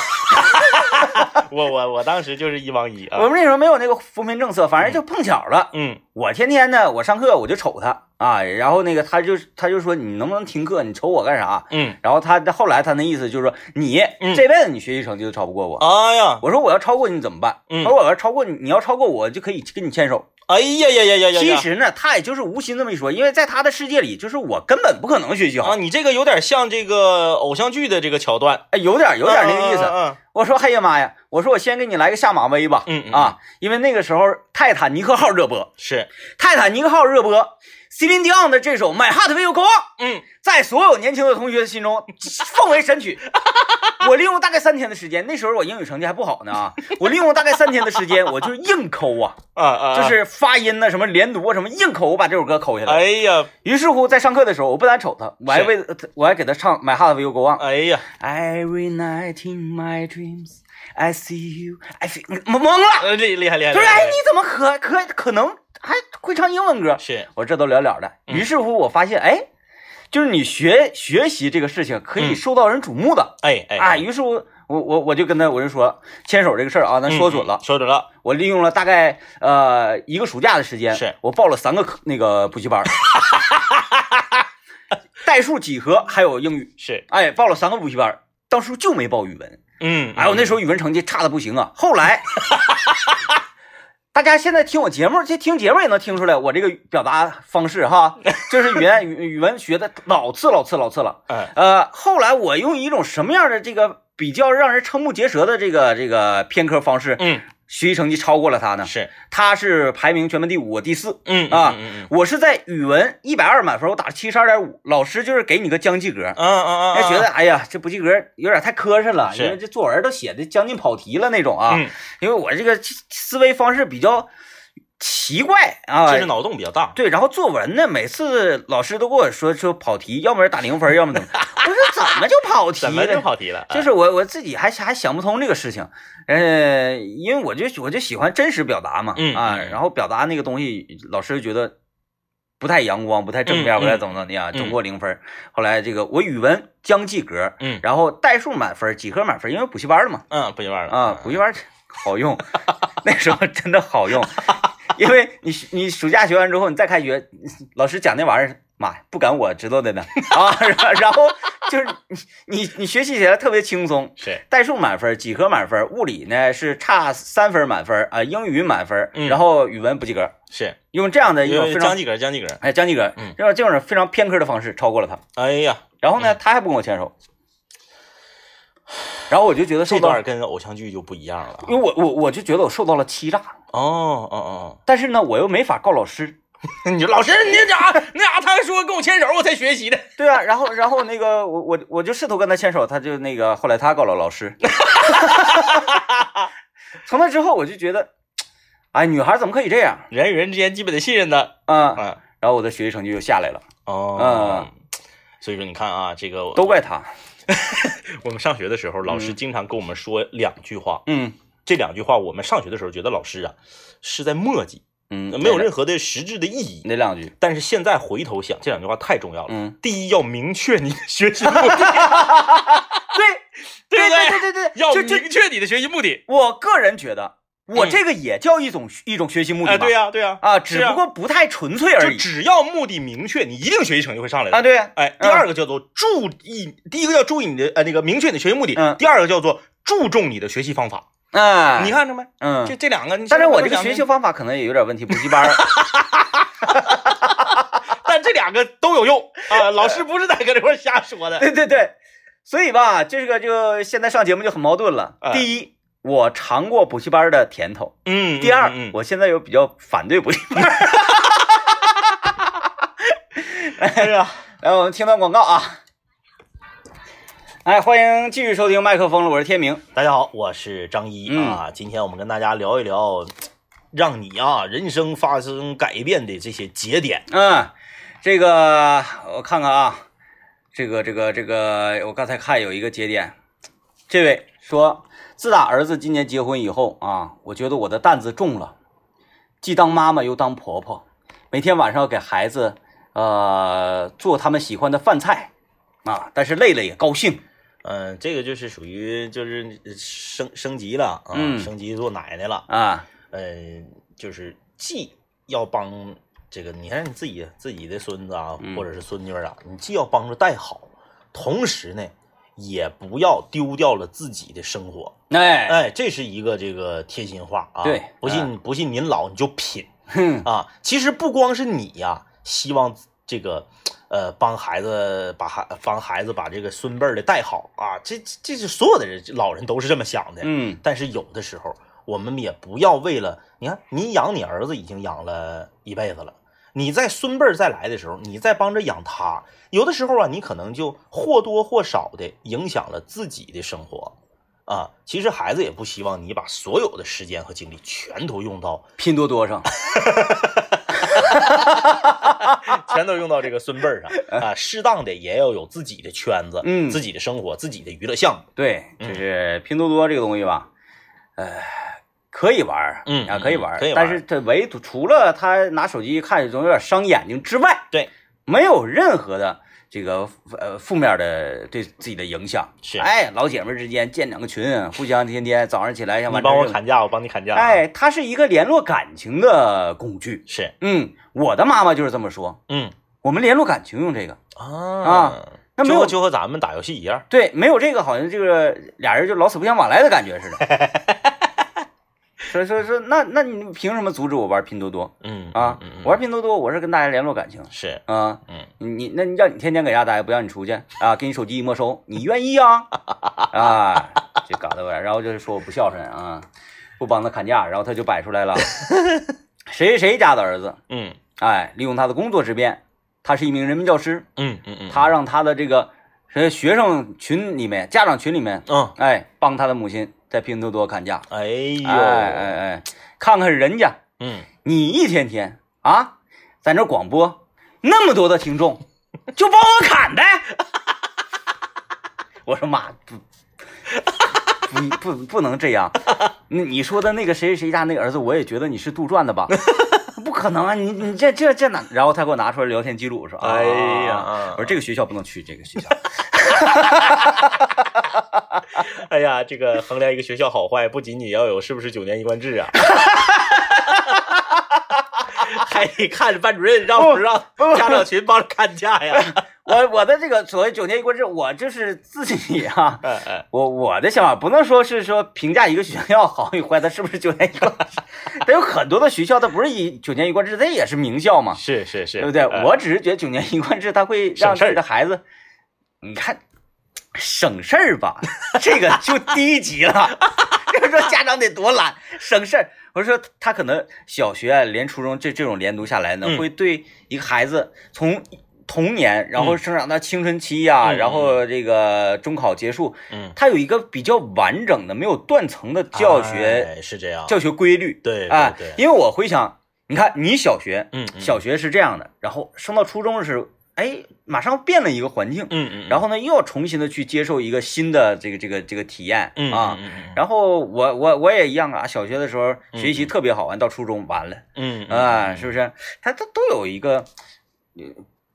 [SPEAKER 2] 我我我当时就是一帮一
[SPEAKER 1] 我，们那时候没有那个扶贫政策，反正就碰巧了。
[SPEAKER 2] 嗯
[SPEAKER 1] 我天天呢，我上课我就瞅他啊，然后那个他就他就说你能不能停课？你瞅我干啥？
[SPEAKER 2] 嗯，
[SPEAKER 1] 然后他后来他那意思就是说你、
[SPEAKER 2] 嗯
[SPEAKER 1] 这辈子你学习成绩都超不过我。
[SPEAKER 2] 哎呀，
[SPEAKER 1] 我说我要超过你怎么办？
[SPEAKER 2] 嗯
[SPEAKER 1] 他说我要超过你，你要超过我就可以跟你牵手。
[SPEAKER 2] 哎呀呀呀呀呀
[SPEAKER 1] 其
[SPEAKER 2] 呀！
[SPEAKER 1] 实呢，他也就是无心这么一说，因为在他的世界里，就是我根本不可能学习
[SPEAKER 2] 啊，
[SPEAKER 1] 好，
[SPEAKER 2] 你这个有点像这个偶像剧的这个桥段，
[SPEAKER 1] 哎，有点有点那个意思。
[SPEAKER 2] 嗯
[SPEAKER 1] 我说，哎呀妈呀，我说我先给你来个下马威吧，
[SPEAKER 2] 嗯嗯
[SPEAKER 1] 啊，因为那个时候《泰坦尼克号》热播，
[SPEAKER 2] 是，
[SPEAKER 1] 《泰坦尼克号》热播，Celine Dion 的这首《My Heart Will Go On》
[SPEAKER 2] 嗯
[SPEAKER 1] 在所有年轻的同学心中 (laughs) 奉为神
[SPEAKER 2] (laughs)
[SPEAKER 1] 曲。我利用大概三天的时间，那时候我英语成绩还不好呢啊，我利用大概三天的时间，我就硬抠啊，
[SPEAKER 2] 啊啊，
[SPEAKER 1] 就，是发音呐、什么连读啊、什么硬抠，我把这首歌抠下来。
[SPEAKER 2] 哎呀
[SPEAKER 1] 于是乎，在上课的时候，我不但瞅他，我还为他我还给他唱《My Heart Will Go On》。
[SPEAKER 2] 哎呀，
[SPEAKER 1] Every night in my dreams, I see you, I feel 懵懵了，
[SPEAKER 2] 呃厉厉害厉害，
[SPEAKER 1] 就是
[SPEAKER 2] 厉害
[SPEAKER 1] 哎，你怎么可可可能还会唱英文歌？
[SPEAKER 2] 是，
[SPEAKER 1] 我这都了了的。
[SPEAKER 2] 嗯
[SPEAKER 1] 于是乎，我发现哎，就是你学学习这个事情可以
[SPEAKER 2] 嗯
[SPEAKER 1] 受到人瞩目的
[SPEAKER 2] 哎哎
[SPEAKER 1] 啊。，于是乎，我我我就跟他我就说牵手这个事儿啊，咱
[SPEAKER 2] 嗯
[SPEAKER 1] 说准了
[SPEAKER 2] 嗯。说准了，
[SPEAKER 1] 我利用了大概呃一个暑假的时间，
[SPEAKER 2] 是
[SPEAKER 1] 我报了三个课那个补习班儿， (laughs) 代数、几何还有英语，
[SPEAKER 2] 是，
[SPEAKER 1] 哎，报了三个补习班儿，当时就没报语文，
[SPEAKER 2] 嗯，
[SPEAKER 1] 哎，我那时候语文成绩差的不行啊。后来， (laughs) 大家现在听我节目，这听节目也能听出来我这个表达方式哈，就是语言语语文学的老次老次老次了。
[SPEAKER 2] 哎
[SPEAKER 1] 呃，后来我用一种什么样的这个比较让人瞠目结舌的这个这个偏科方式，
[SPEAKER 2] 嗯
[SPEAKER 1] 学习成绩超过了他呢？
[SPEAKER 2] 是，
[SPEAKER 1] 他是排名全班第五，我第四。
[SPEAKER 2] 嗯
[SPEAKER 1] 嗯啊
[SPEAKER 2] 嗯嗯
[SPEAKER 1] 我是在语文一百二满分，我打七十二点五，老师就是给你个将及格
[SPEAKER 2] 嗯，嗯嗯，
[SPEAKER 1] 哎，觉得哎呀这不及格有点太磕碜了，
[SPEAKER 2] 是
[SPEAKER 1] 因为这作文都写的将近跑题了那种啊。
[SPEAKER 2] 嗯，
[SPEAKER 1] 因为我这个思维方式比较奇怪啊
[SPEAKER 2] 这。是脑洞比较大，
[SPEAKER 1] 对，然后作文呢，每次老师都跟我说说跑题，要么是打零分，要么怎 (laughs) 么，我说怎么就跑题
[SPEAKER 2] 怎么就
[SPEAKER 1] 了？
[SPEAKER 2] 跑题了？
[SPEAKER 1] 就是我我自己还还想不通这个事情，呃，因为我就我就喜欢真实表达嘛，
[SPEAKER 2] 嗯
[SPEAKER 1] 啊，
[SPEAKER 2] 嗯
[SPEAKER 1] 然后表达那个东西，老师觉得不太阳光，不太正面，
[SPEAKER 2] 嗯
[SPEAKER 1] 不太
[SPEAKER 2] 嗯
[SPEAKER 1] 怎么怎么样，
[SPEAKER 2] 嗯
[SPEAKER 1] 总给我零分儿。后来这个我语文将及格，
[SPEAKER 2] 嗯
[SPEAKER 1] 然后代数满分，几何满分，因为补习班儿了嘛，
[SPEAKER 2] 嗯，不一玩了
[SPEAKER 1] 啊，补习班儿好用， (laughs) 那时候真 (laughs) 的好用，因为你你暑假学完之后，你再开学，老师讲那玩意儿妈呀，不敢我知道的呢 (laughs) 啊！然然后就是你你你学习起来特别轻松，
[SPEAKER 2] 是
[SPEAKER 1] 代数满分，几何满分，物理呢是差三分满分啊、英语满分，
[SPEAKER 2] 嗯
[SPEAKER 1] 然后语文不及格，
[SPEAKER 2] 是，
[SPEAKER 1] 用这样的一种哎非
[SPEAKER 2] 有
[SPEAKER 1] 常
[SPEAKER 2] 将几格，将几格，
[SPEAKER 1] 哎将及格
[SPEAKER 2] 嗯，
[SPEAKER 1] 这种这种非常偏科的方式超过了他。
[SPEAKER 2] 哎呀，
[SPEAKER 1] 然后呢，他还不跟我牵手，然后我就觉得受
[SPEAKER 2] 这
[SPEAKER 1] 到，
[SPEAKER 2] 段跟偶像剧就不一样了啊。
[SPEAKER 1] 因为我我我就觉得我受到了欺诈，
[SPEAKER 2] 哦哦
[SPEAKER 1] 但是呢，我又没法告老师，
[SPEAKER 2] 哦， (laughs) 你说老师，你那咋那咋？他还说跟我牵手，我才学习的。
[SPEAKER 1] 对 (laughs) 啊，然后然后那个我我我就试图跟他牵手，他就那个后来他告了老师。 (laughs) 从那之后我就觉得，哎，女孩怎么可以这样
[SPEAKER 2] 人与人之间基本的信任呢？
[SPEAKER 1] 啊、
[SPEAKER 2] 啊，
[SPEAKER 1] 然后我的学习成绩就下来了，
[SPEAKER 2] 哦，所以说你看啊，这个
[SPEAKER 1] 嗯都怪嗯他。
[SPEAKER 2] 我们上学的时候，老师经常跟我们说两句话，
[SPEAKER 1] 嗯
[SPEAKER 2] 这两句话我们上学的时候觉得老师啊是在墨迹，
[SPEAKER 1] 嗯，
[SPEAKER 2] 没有
[SPEAKER 1] 那
[SPEAKER 2] 任何的实质的意义。
[SPEAKER 1] 那两句，
[SPEAKER 2] 但是现在回头想，这两句话太重要了。
[SPEAKER 1] 嗯，
[SPEAKER 2] 第一，要明确你的学习目
[SPEAKER 1] (laughs)
[SPEAKER 2] 的，
[SPEAKER 1] 对
[SPEAKER 2] 哦对不
[SPEAKER 1] 对对对对，
[SPEAKER 2] 要
[SPEAKER 1] 就就
[SPEAKER 2] 明确你的学习目的。
[SPEAKER 1] 我个人觉得，我
[SPEAKER 2] 嗯
[SPEAKER 1] 这个也叫一种、一种学习目的
[SPEAKER 2] 哎，
[SPEAKER 1] 吧，
[SPEAKER 2] 对呀，对呀，
[SPEAKER 1] 啊，
[SPEAKER 2] 是
[SPEAKER 1] 只
[SPEAKER 2] 啊
[SPEAKER 1] 不过不太纯粹而
[SPEAKER 2] 就
[SPEAKER 1] 已
[SPEAKER 2] 只要目的明确，你一定学习成绩会上来的
[SPEAKER 1] 啊，。对呀、
[SPEAKER 2] 哎，第二个叫做注意，第一个要注意你的呃那个明确你的学习目的，
[SPEAKER 1] 嗯
[SPEAKER 2] 第二个叫做注重你的学习方法。
[SPEAKER 1] 啊，
[SPEAKER 2] 你，看着没？
[SPEAKER 1] 嗯
[SPEAKER 2] 这，这两个，你
[SPEAKER 1] 但是
[SPEAKER 2] 现在
[SPEAKER 1] 我
[SPEAKER 2] 都
[SPEAKER 1] 这个
[SPEAKER 2] 想
[SPEAKER 1] 学
[SPEAKER 2] 明
[SPEAKER 1] 习方法可能也有点问题，补习班儿
[SPEAKER 2] (laughs) 但这两个都有 (laughs) 用啊！老师不是在搁这块儿瞎说的。
[SPEAKER 1] 对对对，所以吧，这个就现在上节目就很矛盾了。
[SPEAKER 2] 哎
[SPEAKER 1] 第一，我尝过补习班的甜头；
[SPEAKER 2] (laughs) 嗯
[SPEAKER 1] 第二，
[SPEAKER 2] 嗯嗯
[SPEAKER 1] 我现在有比较反对补习班。
[SPEAKER 2] 哎呀，
[SPEAKER 1] 来，我们听段广告啊。哎，欢迎继续收听麦克风了，我是天明。
[SPEAKER 2] 大家好，我是张一啊。今天我们跟大家聊一聊，让你啊人生发生改变的这些节点。
[SPEAKER 1] 嗯，这个我看看啊，这个这个这个，我刚才看有一个节点，这位说，自打儿子今年结婚以后啊，我觉得我的担子重了，既当妈妈又当婆婆，每天晚上要给孩子呃做他们喜欢的饭菜啊，但是累了也高兴。
[SPEAKER 2] 嗯、这个就是属于就是升升级了啊，
[SPEAKER 1] 嗯
[SPEAKER 2] 升级做奶奶了。
[SPEAKER 1] 啊，
[SPEAKER 2] 嗯、就是既要帮这个，你看你自己自己的孙子啊，
[SPEAKER 1] 嗯
[SPEAKER 2] 或者是孙女儿啊，你既要帮着带好，同时呢，也不要丢掉了自己的生活。
[SPEAKER 1] 哎，
[SPEAKER 2] 哎，这是一个这个贴心话啊！
[SPEAKER 1] 对嗯
[SPEAKER 2] 不信不信您老你就品
[SPEAKER 1] 哼，
[SPEAKER 2] 啊！其实不光是你呀、希望这个呃帮孩子把孩帮孩子把这个孙辈儿的带好啊，这这这是所有的人老人都是这么想的。
[SPEAKER 1] 嗯，
[SPEAKER 2] 但是有的时候我们也不要为了你看你养你儿子已经养了一辈子了。你在孙辈儿再来的时候，你再帮着养他，有的时候啊，你可能就或多或少的影响了自己的生活，啊，其实孩子也不希望你把所有的时间和精力全都
[SPEAKER 1] (laughs)
[SPEAKER 2] 用到，
[SPEAKER 1] 拼多多上，
[SPEAKER 2] 全都用到这个孙辈儿上啊，适当的也要有自己的圈子，
[SPEAKER 1] 嗯
[SPEAKER 2] 自己的生活，自己的娱乐项目，
[SPEAKER 1] 对，
[SPEAKER 2] 嗯
[SPEAKER 1] 就是拼多多这个东西吧，呃，可以玩儿，
[SPEAKER 2] 嗯
[SPEAKER 1] 啊，可以玩儿，
[SPEAKER 2] 嗯可以玩
[SPEAKER 1] 但是它唯独除了他拿手机看总有点伤眼睛之外，
[SPEAKER 2] 对，
[SPEAKER 1] 没有任何的这个呃负面的对自己的影响。
[SPEAKER 2] 是
[SPEAKER 1] 哎，老姐们儿之间建两个群，互相天天早上起来像
[SPEAKER 2] 你
[SPEAKER 1] 完
[SPEAKER 2] 帮我
[SPEAKER 1] 成任务
[SPEAKER 2] 砍价，我帮你砍价，，啊
[SPEAKER 1] 哎，它是一个联络感情的工具。
[SPEAKER 2] 是，
[SPEAKER 1] 嗯，我的妈妈就是这么说，
[SPEAKER 2] 嗯
[SPEAKER 1] 我们联络感情用这个。
[SPEAKER 2] 啊
[SPEAKER 1] 啊那没
[SPEAKER 2] 就
[SPEAKER 1] 有
[SPEAKER 2] 和就和咱们打游戏一样，
[SPEAKER 1] 对，没有这个，好像这个俩人就老死不相往来的感觉似的。
[SPEAKER 2] (laughs)
[SPEAKER 1] 所以说说，那那你凭什么阻止我玩拼多多
[SPEAKER 2] 嗯
[SPEAKER 1] 啊
[SPEAKER 2] 嗯嗯？
[SPEAKER 1] 我玩拼多多，我是跟大家联络感情
[SPEAKER 2] 是，
[SPEAKER 1] 啊。
[SPEAKER 2] 嗯，
[SPEAKER 1] 你那你让你天天搁家待，不让你出去啊，给你手机一没收，你愿意啊？啊，这嘎达我，然后就是说我不孝顺啊，不帮他砍价，然后他就摆出来
[SPEAKER 2] (laughs)
[SPEAKER 1] 了，谁谁谁家的儿子，
[SPEAKER 2] 嗯
[SPEAKER 1] 哎，利用他的工作之便，他是一名人民教师，
[SPEAKER 2] 嗯嗯嗯，
[SPEAKER 1] 他让他的这个呃学生群里面、家长群里面，
[SPEAKER 2] 嗯，
[SPEAKER 1] 哎，帮他的母亲在拼多多砍价。
[SPEAKER 2] 哎
[SPEAKER 1] 哎哎
[SPEAKER 2] 呦，
[SPEAKER 1] 哎，看看人家，
[SPEAKER 2] 嗯，
[SPEAKER 1] 你一天天啊，在那广播，那么多的听
[SPEAKER 2] (laughs)
[SPEAKER 1] 众，就帮我砍呗。 (laughs) 我说妈，不，不不不能这样。你你说的那个谁谁谁家那个儿子，我也觉得你是杜撰的
[SPEAKER 2] (laughs)
[SPEAKER 1] 吧？不可能啊！你你这这这哪？然后他给我拿出来聊天记录，我说，啊
[SPEAKER 2] 哎呀
[SPEAKER 1] 我说这个学校不能去，这个学校。
[SPEAKER 2] 哎呀，这个衡量一个学校好坏，不仅仅要有是不是九年一贯制啊。还得看班主任让不让家长群帮着看架呀？
[SPEAKER 1] 我呃我的这个所谓九年一国制，我就是自己啊，
[SPEAKER 2] 哎哎，
[SPEAKER 1] 我我的想法不能说是说评价一个学校好与坏，它是不是九年一国制？ (laughs) 它有很多的学校，它不是以九年一国制，它也是名校嘛，
[SPEAKER 2] 是是是，
[SPEAKER 1] 对不对？
[SPEAKER 2] 哎
[SPEAKER 1] 我只是觉得九年一贯制，它会让自
[SPEAKER 2] 省事儿嗯
[SPEAKER 1] 己的孩子，你看省事儿吧，这个就低级了。 (laughs) 就是说家长得多懒，省事儿。我是说他可能小学啊连初中这这种连读下来呢，
[SPEAKER 2] 嗯
[SPEAKER 1] 会对一个孩子从童年，然后生长到青春期呀、
[SPEAKER 2] 嗯
[SPEAKER 1] 然后这个中考结束，
[SPEAKER 2] 嗯，
[SPEAKER 1] 他有一个比较完整的、没有断层的教学、
[SPEAKER 2] 哎是这样，
[SPEAKER 1] 教学规律。
[SPEAKER 2] 对
[SPEAKER 1] 啊
[SPEAKER 2] 对，对，
[SPEAKER 1] 因为我回想，你看你小学，
[SPEAKER 2] 嗯嗯
[SPEAKER 1] 小学是这样的，然后升到初中是，哎，马上变了一个环境，
[SPEAKER 2] 嗯嗯，
[SPEAKER 1] 然
[SPEAKER 2] 后
[SPEAKER 1] 后呢又要重新的去接受一个新的这个这个这个体验
[SPEAKER 2] 嗯
[SPEAKER 1] 啊。
[SPEAKER 2] 嗯嗯
[SPEAKER 1] 然后我我我也一样啊，小学的时候学习特别好玩，到初中完了
[SPEAKER 2] 嗯嗯
[SPEAKER 1] 啊，是不是？它它都有一个呃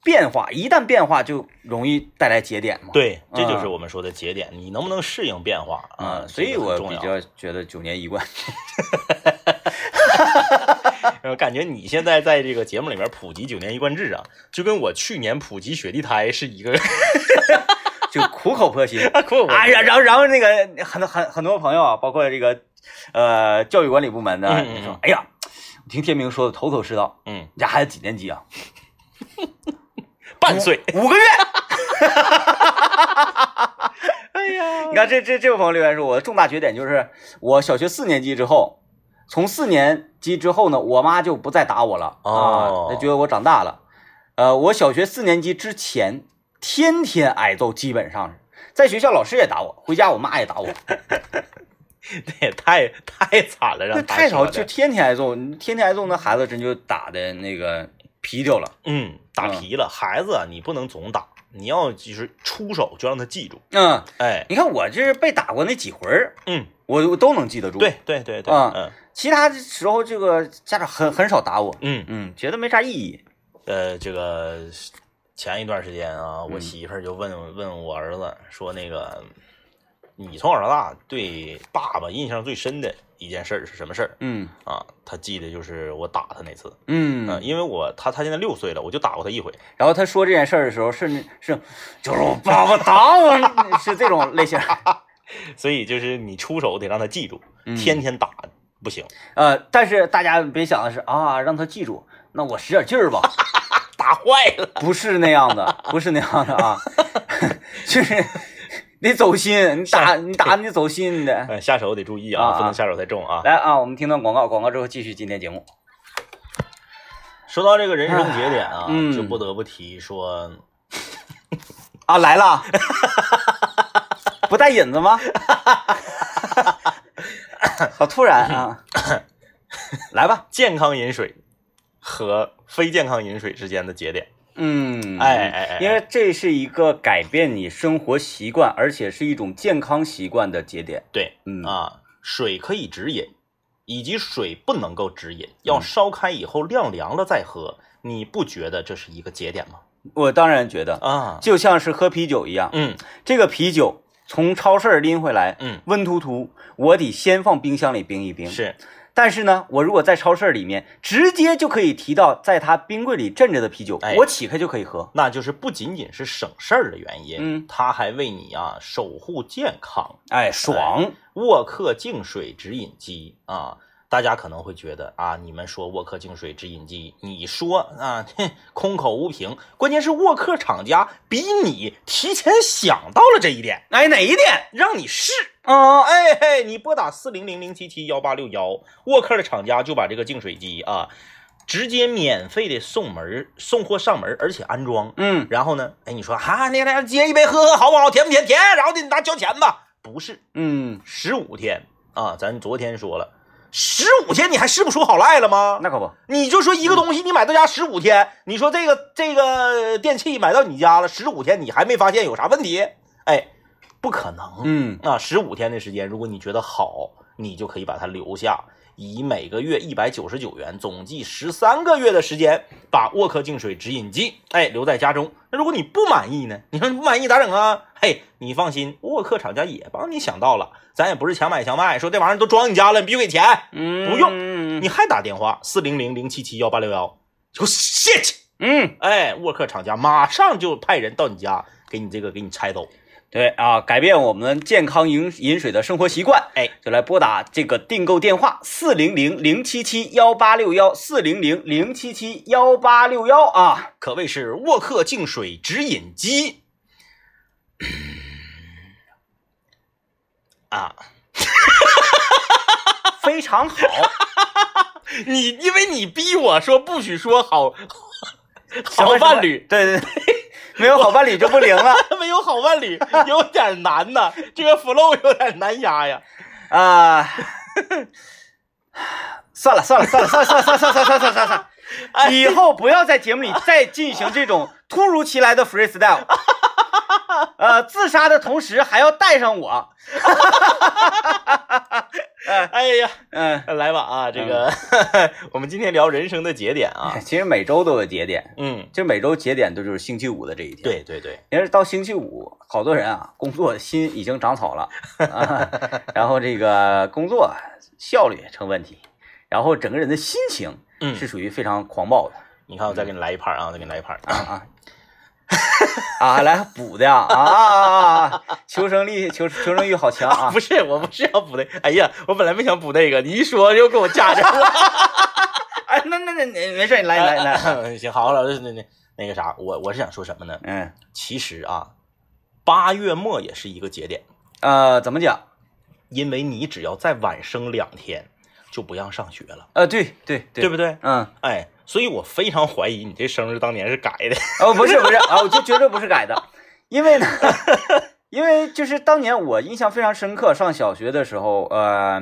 [SPEAKER 1] 变化，一旦变化就容易带来节点嘛。
[SPEAKER 2] 对，这就
[SPEAKER 1] 啊
[SPEAKER 2] 是我们说的节点，你能不能适应变化
[SPEAKER 1] 啊
[SPEAKER 2] 啊？，
[SPEAKER 1] 所以
[SPEAKER 2] 这个很
[SPEAKER 1] 我
[SPEAKER 2] 重
[SPEAKER 1] 比
[SPEAKER 2] 要 (laughs)
[SPEAKER 1] 较觉得九年一贯 (laughs)
[SPEAKER 2] 呃感觉你现在在这个节目里面普及九年一贯制啊，就跟我去年普及雪地胎是一个 (laughs)
[SPEAKER 1] 就苦口婆心。 (laughs)
[SPEAKER 2] 困惑
[SPEAKER 1] 啊，然然后然后那个很很很多朋友啊，包括这个呃教育管理部门的，
[SPEAKER 2] 嗯嗯嗯
[SPEAKER 1] 你说，哎呀，我听天明说的头头是道，
[SPEAKER 2] 嗯，
[SPEAKER 1] 你家孩子几年级啊？ (laughs)
[SPEAKER 2] 半岁，
[SPEAKER 1] 五个月。
[SPEAKER 2] 哎呀
[SPEAKER 1] 你，看这这这位朋友留言说，我的重大缺点就是我小学四年级之后，从四年级之后呢，我妈就不再打我了、
[SPEAKER 2] 哦
[SPEAKER 1] 啊，她觉得我长大了。呃，我小学四年级之前天天挨揍，基本上是在学校老师也打我，回家我妈也打我。
[SPEAKER 2] 这 (laughs) 也太太惨了，
[SPEAKER 1] 那
[SPEAKER 2] 让他
[SPEAKER 1] 太少，
[SPEAKER 2] 说
[SPEAKER 1] 就
[SPEAKER 2] 的
[SPEAKER 1] 天天挨揍，你天天挨揍，那孩子真就打的那个皮掉了。
[SPEAKER 2] 嗯打皮了。孩子啊，你不能总打，你要就是出手就让他记住，
[SPEAKER 1] 嗯，
[SPEAKER 2] 哎，
[SPEAKER 1] 你看我这是被打过那几回儿，
[SPEAKER 2] 嗯，
[SPEAKER 1] 我我都能记得住。，
[SPEAKER 2] 对对对对，
[SPEAKER 1] 啊
[SPEAKER 2] 嗯
[SPEAKER 1] 其他的时候这个家长很很少打我，
[SPEAKER 2] 嗯
[SPEAKER 1] 嗯，觉得没啥意义。
[SPEAKER 2] 呃，这个前一段时间啊，我
[SPEAKER 1] 嗯
[SPEAKER 2] 媳妇儿就问问我儿子说，那个你从小到大对爸爸印象最深的一件事儿是什么事儿？
[SPEAKER 1] 嗯
[SPEAKER 2] 啊，他记得就是我打他那次，
[SPEAKER 1] 嗯，
[SPEAKER 2] 嗯，因为我他他现在六岁了，我就打过他一回，
[SPEAKER 1] 然后他说这件事儿的时候，甚至是就是我爸爸打我， (laughs) 是这种类型。
[SPEAKER 2] 所以就是你出手得让他记住，
[SPEAKER 1] 嗯
[SPEAKER 2] 天天打不行，
[SPEAKER 1] 呃，但是大家别想的是啊，让他记住，那我使点劲儿吧。
[SPEAKER 2] 打坏了， (laughs)
[SPEAKER 1] 不是那样的， (laughs) 不是那样的啊，就是得走心，你打你打你走心
[SPEAKER 2] (laughs)
[SPEAKER 1] 的。
[SPEAKER 2] 嗯，下手得注意
[SPEAKER 1] 啊
[SPEAKER 2] 啊，
[SPEAKER 1] 啊
[SPEAKER 2] 不能下手太重啊。
[SPEAKER 1] 来啊，我们听段广告，广告之后继续今天节目。
[SPEAKER 2] 说到这个人生节点啊，
[SPEAKER 1] 嗯
[SPEAKER 2] 就不得不提说，
[SPEAKER 1] 啊，来了， (laughs) 不带引子
[SPEAKER 2] (laughs)
[SPEAKER 1] 吗？好突然
[SPEAKER 2] (laughs)
[SPEAKER 1] 啊！来吧，
[SPEAKER 2] 健康饮水和非健康饮水之间的节点，
[SPEAKER 1] 嗯，
[SPEAKER 2] 哎哎哎
[SPEAKER 1] 因为这是一个改变你生活习惯，而且是一种健康习惯的节点。
[SPEAKER 2] 对，
[SPEAKER 1] 嗯
[SPEAKER 2] 啊，水可以直饮，以及水不能够直饮，
[SPEAKER 1] 嗯
[SPEAKER 2] 要烧开以后晾凉了再喝，你不觉得这是一个节点吗？
[SPEAKER 1] 我当然觉得，
[SPEAKER 2] 啊，
[SPEAKER 1] 就像是喝啤酒一样，
[SPEAKER 2] 嗯
[SPEAKER 1] 这个啤酒从超市拎回来，
[SPEAKER 2] 嗯，
[SPEAKER 1] 温突突，我得先放冰箱里冰一冰。，
[SPEAKER 2] 是，
[SPEAKER 1] 但是呢，我如果在超市里面直接就可以提到在它冰柜里镇着的啤酒，
[SPEAKER 2] 哎
[SPEAKER 1] 我起开就可以喝。
[SPEAKER 2] 那就是不仅仅是省事儿的原因，
[SPEAKER 1] 嗯
[SPEAKER 2] 它还为你啊守护健康。
[SPEAKER 1] 哎，爽！
[SPEAKER 2] 沃克净水直饮机啊，大家可能会觉得啊，你们说沃克净水直饮机，你说啊，哼，空口无凭。关键是沃克厂家比你提前想到了这一点，
[SPEAKER 1] 哎，哪一点？
[SPEAKER 2] 让你试。
[SPEAKER 1] 啊、
[SPEAKER 2] 哎嘿，你拨打四零零零七七幺八六幺，沃克的厂家就把这个净水机啊，直接免费的送门儿送货上门儿，而且安装。
[SPEAKER 1] 嗯
[SPEAKER 2] 然后呢，哎，你说哈、那个接一杯喝喝好不好？甜不甜？甜。然后你拿交钱吧。不是，
[SPEAKER 1] 嗯，
[SPEAKER 2] 十五天啊，咱昨天说了，十五天你还试不出好赖了吗？
[SPEAKER 1] 那可不，
[SPEAKER 2] 你就说一个东西你买到家十五天，你说这个这个电器买到你家了十五天，你还没发现有啥问题？哎，不可能。
[SPEAKER 1] 嗯
[SPEAKER 2] 那十五天的时间，如果你觉得好，你就可以把它留下。以每个月一百九十九元，总计十三个月的时间，把沃克净水直饮机哎留在家中。那如果你不满意呢？ (laughs) 你说你不满意咋整啊？嘿，你放心，沃克厂家也帮你想到了，咱也不是强买强卖，说这玩意儿都装你家了，你必须给钱。
[SPEAKER 1] 嗯，
[SPEAKER 2] 不用
[SPEAKER 1] 嗯，
[SPEAKER 2] 你还打电话四零零零七七幺八六幺，就 shit，
[SPEAKER 1] 嗯，
[SPEAKER 2] 哎，沃克厂家马上就派人到你家给你这个给你拆走。
[SPEAKER 1] 对啊，改变我们健康饮饮水的生活习惯，
[SPEAKER 2] 哎，
[SPEAKER 1] 就来拨打这个订购电话四零零零七七幺八六幺四零零零七七幺八六幺 (laughs) 啊，
[SPEAKER 2] 可谓是沃克净水直饮机啊！
[SPEAKER 1] 非常好，
[SPEAKER 2] 你因为你逼我说不许说好
[SPEAKER 1] 什么
[SPEAKER 2] 好伴侣，，
[SPEAKER 1] 什么对对 (laughs) 对，没有好伴侣就不灵了
[SPEAKER 2] 没有好伴侣有点难呐，这个 flow 有点难压呀。
[SPEAKER 1] 啊。算了算了算了算了算了算了算了算了算了算了，以后不要在节目里再进行这种突如其来的 freestyle，呃，自杀的同时还要带上我，
[SPEAKER 2] 哎呀，
[SPEAKER 1] 嗯、
[SPEAKER 2] 来吧啊，这个、 (laughs) 我们今天聊人生的节点啊，
[SPEAKER 1] 哎其实每周都有节点，
[SPEAKER 2] 嗯，
[SPEAKER 1] 就每周节点都就是星期五的这一天。，
[SPEAKER 2] 对对对，
[SPEAKER 1] 因为到星期五，好多人啊，工作心已经长草了，啊、 (laughs) 然后这个工作效率成问题，然后整个人的心情
[SPEAKER 2] 嗯
[SPEAKER 1] 是属于非常狂暴的、
[SPEAKER 2] 你看我再给你来一盘啊，再给你来一盘。
[SPEAKER 1] 啊啊 (laughs) 啊！来补的呀啊啊啊啊！求生力求求生欲好强啊！
[SPEAKER 2] 不是，我不是要补那，哎呀，我本来没想补那个，你一说又给我架着。
[SPEAKER 1] 哎，那那那那没事，你来你来你来，
[SPEAKER 2] 来， (laughs) 行，好，老师，那那那个啥，我我是想说什么呢？
[SPEAKER 1] (laughs) 嗯
[SPEAKER 2] 其实啊，八月末也是一个节点，
[SPEAKER 1] 呃，怎么讲？
[SPEAKER 2] 因为你只要再晚生两天，就不让上学了，
[SPEAKER 1] 呃，对对对，
[SPEAKER 2] 对不对？
[SPEAKER 1] 嗯。
[SPEAKER 2] 哎，所以我非常怀疑你这生日当年是改的。
[SPEAKER 1] 哦，不是不是啊，我就绝对不是改的，因为呢，因为就是当年我印象非常深刻，上小学的时候，呃，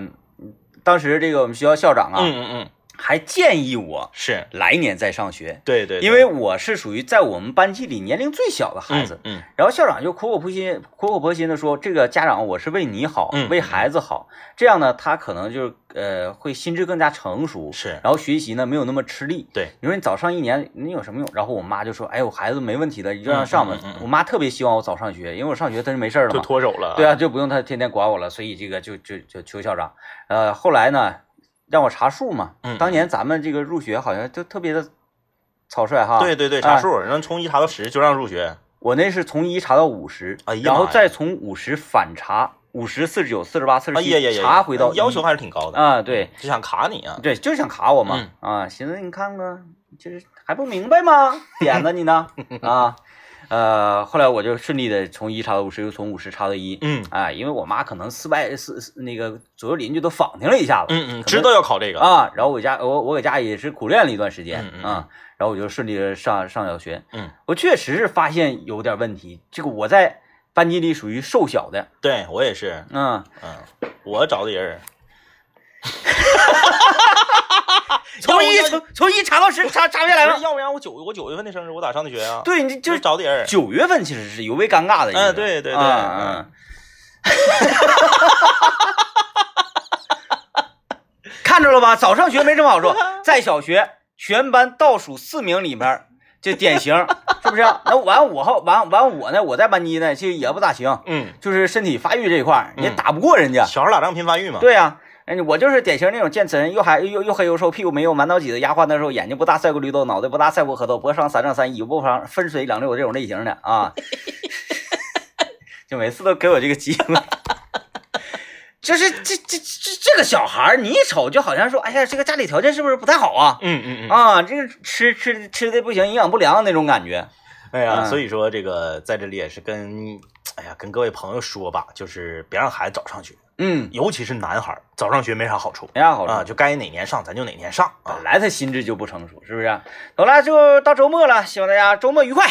[SPEAKER 1] 当时这个我们学校校长啊，
[SPEAKER 2] (laughs) 嗯嗯嗯，
[SPEAKER 1] 还建议我
[SPEAKER 2] 是
[SPEAKER 1] 来年再上学，
[SPEAKER 2] 对对，
[SPEAKER 1] 因为我是属于在我们班级里年龄最小的孩子。
[SPEAKER 2] 嗯
[SPEAKER 1] 然后校长就苦口婆心、苦口婆心的说：“这个家长，我是为你好，
[SPEAKER 2] 嗯
[SPEAKER 1] 为孩子好，这样呢，他可能就是呃，会心智更加成熟，
[SPEAKER 2] 是
[SPEAKER 1] 然后学习呢没有那么吃力。
[SPEAKER 2] 对，
[SPEAKER 1] 你说你早上一年你有什么用？然后我妈就说：“哎，我孩子没问题的，你就让他上吧。
[SPEAKER 2] 嗯嗯嗯嗯
[SPEAKER 1] 我妈特别希望我早上学，因为我上学她是没事儿了
[SPEAKER 2] 就
[SPEAKER 1] 嘛，
[SPEAKER 2] 脱手了。
[SPEAKER 1] 对啊，就不用她天天管我了。所以这个就就就求校长。呃，后来呢，让我查数嘛。
[SPEAKER 2] 嗯嗯
[SPEAKER 1] 当年咱们这个入学好像就特别的草率哈。
[SPEAKER 2] 对对对，查数，然后从一查到十就让入学。
[SPEAKER 1] 我那是从一查到五十、
[SPEAKER 2] 哎呀
[SPEAKER 1] 然
[SPEAKER 2] 妈
[SPEAKER 1] 后
[SPEAKER 2] 呀
[SPEAKER 1] 再从五十反查五十、四十九、四十八、四十
[SPEAKER 2] 哎呀呀
[SPEAKER 1] 七
[SPEAKER 2] 呀，
[SPEAKER 1] 查回到
[SPEAKER 2] 要
[SPEAKER 1] 一
[SPEAKER 2] 求还是挺高的，
[SPEAKER 1] 啊，对
[SPEAKER 2] 就想卡你啊。
[SPEAKER 1] 对，就是想卡我
[SPEAKER 2] 嗯
[SPEAKER 1] 嘛、啊，寻思你看看，就是还不明白吗？点子你
[SPEAKER 2] (laughs)
[SPEAKER 1] 呢啊，呃，后来我就顺利的从一查到五十，又从五十查到一、
[SPEAKER 2] 嗯
[SPEAKER 1] 啊，因为我妈可能四百四四那个左右邻居都访听了一下子、
[SPEAKER 2] 嗯嗯，知道要考这个。
[SPEAKER 1] 啊，然后我家我我搁家也是苦练了一段时间
[SPEAKER 2] 嗯嗯嗯
[SPEAKER 1] 啊，然后我就顺利的上上小学，
[SPEAKER 2] 嗯，
[SPEAKER 1] 我确实是发现有点问题，这个我在班级里属于瘦小的，
[SPEAKER 2] 对我也是，
[SPEAKER 1] 嗯，
[SPEAKER 2] 嗯，我找的
[SPEAKER 1] (laughs)
[SPEAKER 2] 人儿，
[SPEAKER 1] 从一
[SPEAKER 2] 要不然
[SPEAKER 1] 从从一查到十查查不下来
[SPEAKER 2] 不是
[SPEAKER 1] 了，
[SPEAKER 2] 要不然我九我九月份的生日，我咋上的学啊？，
[SPEAKER 1] 对，你
[SPEAKER 2] 就
[SPEAKER 1] 就是
[SPEAKER 2] 找的人儿。
[SPEAKER 1] 九月份其实是尤为尴尬的一个，
[SPEAKER 2] 嗯对对对
[SPEAKER 1] 嗯 (laughs) 嗯，看着了吧，早上学没什么好处，在小学全班倒数四名里面儿就典型，是不是、那完我后完完我呢，我在班级呢其实也不咋行，
[SPEAKER 2] 嗯，
[SPEAKER 1] 就是身体发育这一块儿也
[SPEAKER 2] 嗯
[SPEAKER 1] 打不过人家，
[SPEAKER 2] 小孩打仗频发育嘛。
[SPEAKER 1] 对呀、哎，我就是典型那种见此人又还又又黑又瘦，屁股没有满脑脊的丫鬟的时候，眼睛不大赛过绿豆，脑袋不大赛过核桃，脖上三丈三，尾巴上分水两六这种类型的啊，就每次都给我这个机会。 (laughs) 就是这这这这个小孩儿，你一瞅就好像说，哎呀，这个家里条件是不是不太好啊？
[SPEAKER 2] 嗯嗯嗯。
[SPEAKER 1] 啊，这个吃吃吃的不行，营养不良那种感觉。
[SPEAKER 2] 哎呀，
[SPEAKER 1] 嗯
[SPEAKER 2] 所以说这个在这里也是跟，哎呀，跟各位朋友说吧，就是别让孩子早上学，
[SPEAKER 1] 嗯，
[SPEAKER 2] 尤其是男孩儿，早上学没啥好处
[SPEAKER 1] 没啥好处
[SPEAKER 2] 啊，就该哪年上咱就哪年上
[SPEAKER 1] 啊
[SPEAKER 2] 啊
[SPEAKER 1] 本。来他心智就不成熟，是不是？好了，就到周末了，希望大家周末愉快。